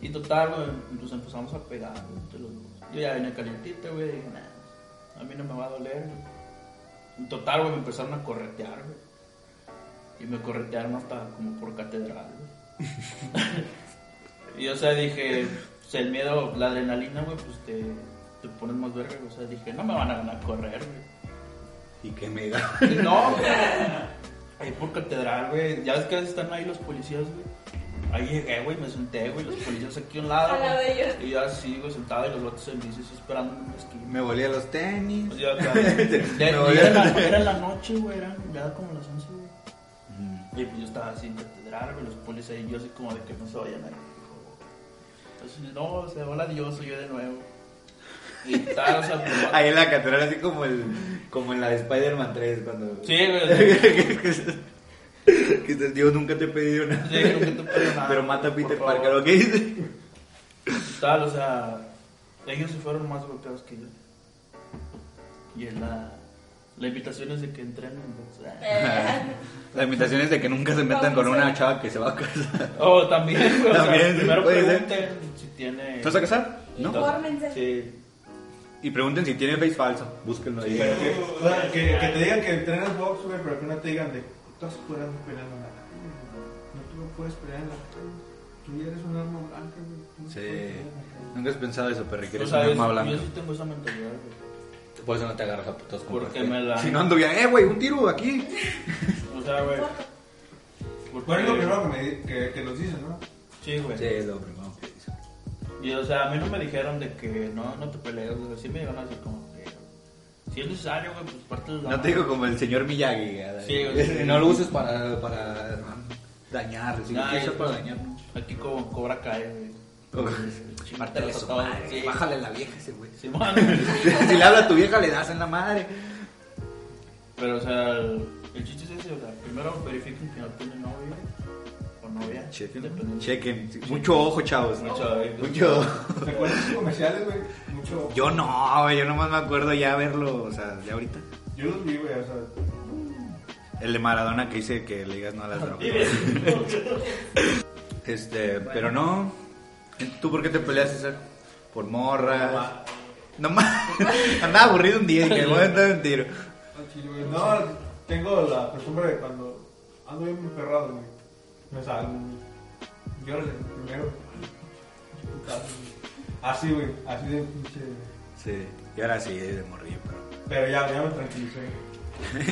Y total, güey, pues empezamos a pegar, güey, entre los dos. Yo ya venía calientito, güey, dije, nah, a mí no me va a doler, güey. Y total, güey, me empezaron a corretear, güey. Y me corretearon hasta como por catedral, güey. y o sea, dije, pues, el miedo, la adrenalina, güey, pues te, te pones más verga, güey. O sea, dije, no me van a ganar a correr, güey. Y que me da. Y no, güey. Ahí por catedral, güey. Ya ves que a veces están ahí los policías, güey. Ahí llegué, güey, me senté, güey, los policías aquí a un lado. Al lado güey. de ellos. Y yo así, güey, sentado y los vatos en bici así, esperando en una esquina. Me volía los tenis. Pues yo acá, güey. De- No, era, ya- la, era la noche, güey, eran ya como las 11, güey. Y pues yo estaba así en catedral, güey, los polis ahí, yo así como de que no se vayan ahí. Entonces, no, se hola Dios, soy yo de nuevo. Y tal, o sea, pues, Ahí en la catedral, así como, el, como en la de Spider-Man 3, cuando... Sí, güey, que te- Dios nunca te he pedido nada. Sí, nunca te he pedido nada. Pero mata a Peter Por favor. Parker, ¿ok? dice? tal, o sea, ellos se fueron más golpeados que yo. Y en la, la invitación es de que entrenen. pues, ah. Eh, La invitación es de que nunca se metan con una chava que se va a casar. Oh, también, güey, o sea, También, primero puede ser. pregunten si tiene... ¿Te vas a casar? No. Infórmense. Sí. Y pregunten si tiene face falso. Búsquenlo ahí. Pero que, o sea, que, que te digan que entrenas box, güey, pero que no te digan de. Estás peleando, peleando en la calle, güey. No tú no puedes pelear en la calle. Tú ya eres un arma blanca, güey. Tú no Sí. puedes pelear en la calle. Nunca has pensado eso, Perry, que O eres sea, un yo, alma yo blanca. sí tengo esa mentalidad, güey. Por eso no te agarras a putos con Porque Rafael. me la- Si no anduviera, eh, güey, un tiro aquí. O sea, güey. Pues Bueno, es lo primero que, me, di- que, que nos dicen, ¿no? Sí, güey. es lo primero que dice. Y o sea, a mí no me dijeron de que no, no te pelees, o sea, sí me llegaron a decir como que si es necesario, güey, pues parte de la No te digo como el señor Miyagi. ¿verdad? Sí, o sea, no lo uses para, para dañar. Si lo Ay, usas para dañar. Aquí como cobra cae, güey. Chimártele su Todo, madre. sí. Bájale la vieja ese güey. Simón. si le habla a tu vieja, le das en la madre. Pero o sea, el, el chiste es ese, o sea, primero verifiquen que no tiene novio o novia. Chequen. Depende. Chequen. Sí, Mucho ojo, chavos. Mucho, eh, Mucho ojo. ¿Te acuerdas de comerciales, güey? Mucho. Yo, Yo no, güey, yo nomás me acuerdo ya verlo, o sea, ya ahorita. los vi, güey, o sea. El de Maradona que dice que le digas no a las drogas. Este, pero no. ¿Tú por qué te peleas, César? Por morras. Nomás. Andaba aburrido un día y que voy a entrar en tiro. al chile, güey. No, tengo la costumbre de cuando ando bien emperrado, güey. Me salgo, güey. Yo le primero. Putazo, güey. Así, güey, así de pinche. Sí. Y ahora sí, de morrillo, pero. Pero ya, ya me tranquilicé.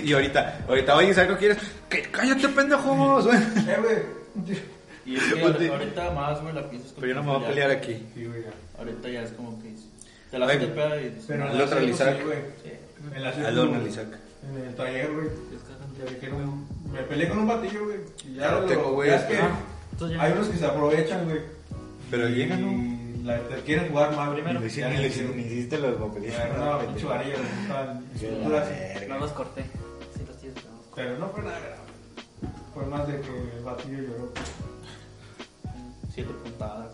y ahorita, ahorita, oye, ¿sabes qué quieres? Que cállate, pendejos. güey. Eh, güey. Y es que Ponte- ahorita más, güey, la piensas con pero yo no me voy a tu pelear familia. aquí. Sí, güey, ya. Ahorita ya es como que te la Ay, haces de pedo y dices, Pero no, en El la otro, el secu, Isaac. sí, güey. En la secu, Al Donald Isaac. En el taller, güey. es Ya vi que no- Me peleé con un batillo, güey. Y ya Claro, lo tengo, güey, ya es que ah, entonces ya- hay unos que se aprovechan, güey. Pero Y llegan, la- te quieren jugar más Y primero. le hici- Ya y le le hicieron- hici- me hiciste los me vocalistas. agarraron una pinche varilla, güey, estaban estructuras, No los corté. Sí, los tienes, pero no los corté. Pero no fue nada grave. Fue más de que el batillo lloró. siete puntadas.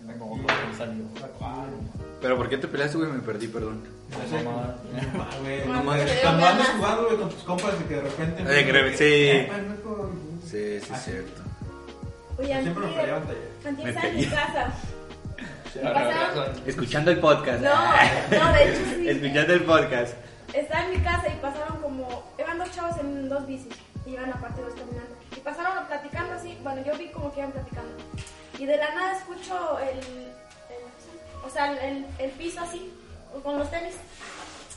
En la Aquí. boca, me salió. Aquí. Pero ¿por qué te peleaste, güey? Me perdí, perdón. No sé, Mamá. mamá, güey. Mamá, Cuando te dio andas ganas. jugando, güey, con tus compas y que de repente. Eh, creo- sí. Eh, pendejo. Sí, sí, es Así. cierto. Oye, Siempre me Antier, peleaban taller. Me Antier está en mi pegué. casa. Sí, ¿Me ahora, pasaron? ahora, Escuchando el podcast. Ah, No, no, de hecho sí. Escuchando el podcast. Estaba en mi casa y pasaron como. Iban dos chavos en dos bicis. Y iban aparte dos caminando. Y pasaron platicando así. Bueno, yo vi como que iban platicando. Y de la nada escucho el. el- o sea, el, el piso así. Con los tenis.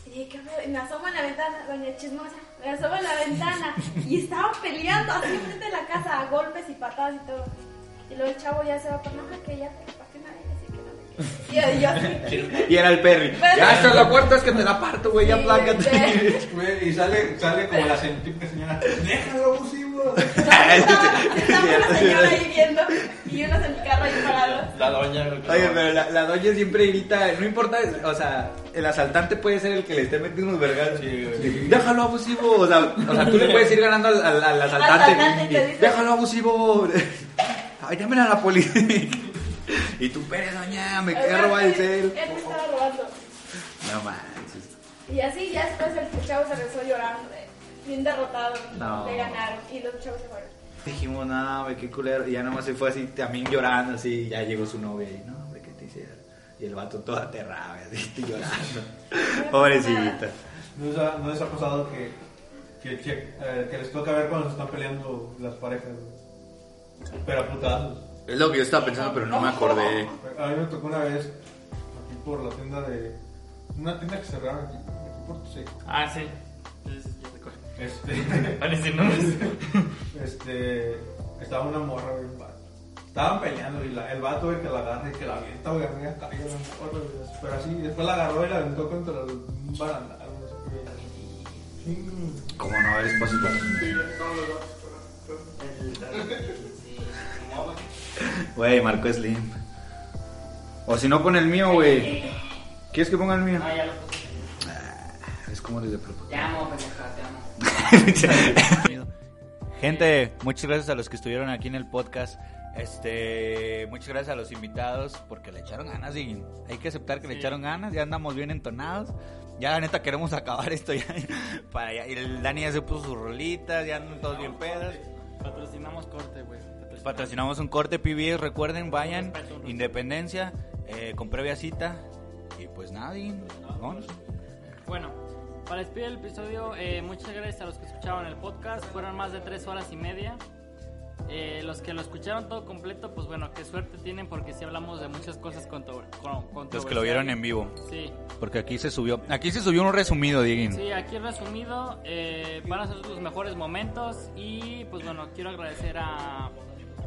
Y dije, ¿qué pedo? Y me asomo en la ventana, doña chismosa. Me asomo en la ventana. Y estaban peleando así frente de la casa. A golpes y patadas y todo. Y luego el chavo ya se va "Pues por nada que ya te partí nadie. Así que no me Y yo así. Y era el Perry. Pero- Ya, esta es la cuarta, es que te la parto, güey. Ya Sí, plácate. Güey, Y sale, sale como la centípica señora. Déjalo abusivo. estaba estaba una señora ahí viendo y unos en mi carro ahí parados. La doña, güey, que Oye, no- pero la, la doña siempre grita, no importa, o sea, el asaltante puede ser el que le esté metiendo unos vergazos. Sí, güey. Déjalo abusivo, o sea, o sea, tú le puedes ir ganando al, al- al asaltante. Asaltante, te y, dice. Déjalo abusivo. Ay, llamen a la policía. y tú, Pérez, doña, me quedé robar el Él cel. me Este estaba robando. No manches. Y así, ya después el chavo se regresó llorando, eh, bien derrotado. No. Le ganaron y los chavos se fueron. Dijimos, no, güey, qué culero. Y ya nomás se fue así, también llorando, así. y Ya llegó su novia y, no, güey, ¿qué te hicieron? Y el vato todo aterrado, güey, así, llorando. Pobrecita. ¿No les ha, no les ha pasado que, que, que, eh, que les toca ver cuando se están peleando las parejas? güey? Pero a putazos. Es lo que yo estaba pensando, pero no me acordé. A mí me tocó una vez, aquí por la tienda de... Una tienda que cerraron aquí, aquí por tu sí. Ah, sí. Entonces, ya Ah, recuerdo. Este, Van a decir nombres. este, estaba una morra, güey, un vato. Estaban peleando y la- el vato, güey, que la agarra y que la avienta, güey, arriba cayó la morra, güey. Pero así, después la agarró y la aventó contra el- un barandal, no sé qué. Chingo. Como no haber espacio para Güey, Marco Slim. O si no, pon el mío, güey. ¿Quieres que ponga el mío? Ah, Ah, ya lo puse. Es como desde prepo. Te amo, pendeja, te amo. Gente, muchas gracias a los que estuvieron aquí en el podcast. Este, muchas gracias a los invitados porque le echaron ganas y hay que aceptar que le echaron ganas, ya andamos bien entonados. Ya la neta queremos acabar esto ya para ya- y el Dani ya se puso sus rolitas, ya andan todos bien pedos. Patrocinamos corte, güey. Patrocinamos. Patrocinamos un corte PBS, recuerden, vayan, Respeto, respeto. Independencia, eh, con previa cita y pues nadie. vámonos. Bueno, para despedir el episodio, eh, muchas gracias a los que escucharon el podcast. Fueron más de tres horas y media. Eh, los que lo escucharon todo completo, pues bueno, qué suerte tienen porque sí hablamos de muchas cosas contro con- Los que lo vieron en vivo, Sí, porque aquí se subió, aquí se subió un resumido, Dieguín. sí, aquí resumido, eh, van a ser sus mejores momentos y pues bueno, quiero agradecer a,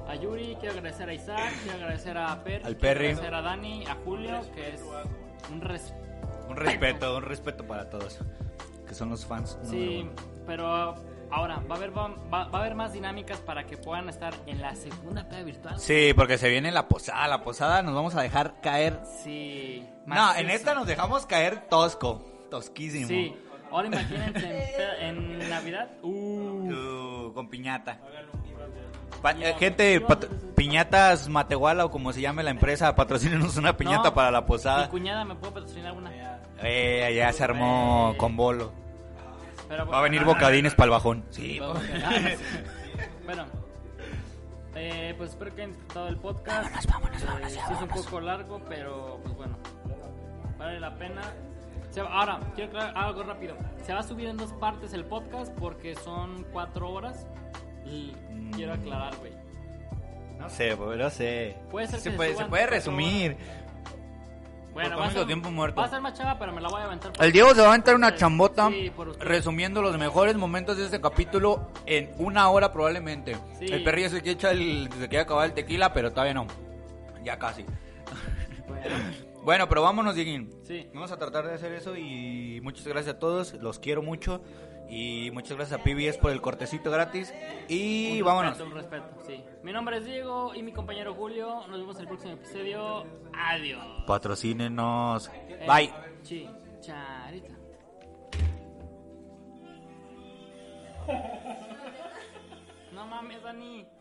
a Yuri, quiero agradecer a Isaac, quiero agradecer a Per, Al quiero Perry. agradecer a Dani, a Julio, que es un res... Un respeto, un respeto para todos. Que son los fans. número Sí, uno. pero ahora va a haber va, va- va a haber más dinámicas para que puedan estar en la segunda peda virtual. Sí, porque se viene la posada. La posada nos vamos a dejar caer. Sí. No, en macizo. esta nos dejamos caer tosco. Tosquísimo. Sí. Ahora imagínense en, peda- en Navidad. Uh, Uh, con piñata. Pa- eh, gente, pat- piñatas Matehuala o como se llame la empresa, patrocínenos una piñata no, para la Mi posada. cuñada me puede patrocinar una. Eh, allá se armó con bolo. Pero, Va a venir bueno, bocadines para el bajón. Sí, Vamos a ganar. bueno, eh, pues espero que hayan disfrutado el podcast. Vámonos, vámonos, Eh, vámonos, ya, sí es un vámonos. poco largo, pero pues bueno, vale la pena. Se va- ahora, quiero aclarar algo rápido. Se va a subir en dos partes el podcast porque son cuatro horas. Y quiero aclarar, güey. no sé, bro, no sé. Puede ser que se, se puede, suban se puede cuatro resumir. Bueno, Por va a, tanto ser, tiempo muerto. va a ser más chava, pero me la voy a aventar. por- El Diego se va a aventar una Sí, chambota sí, por usted. resumiendo los mejores momentos de este capítulo en una hora probablemente. Sí. El perrillo se quiere, echar el, se quiere acabar el tequila, pero todavía no. Ya casi. Bueno, Bueno, pero vámonos, Dieguín. Sí. Vamos a tratar de hacer eso y muchas gracias a todos. Los quiero mucho. Y muchas gracias a PBS por el cortecito gratis. Y un vámonos. respeto, un respeto, sí. Mi nombre es Diego y mi compañero Julio. Nos vemos en el próximo episodio. Adiós. Patrocínenos. Eh, Bye. Sí, charita. No mames, Dani.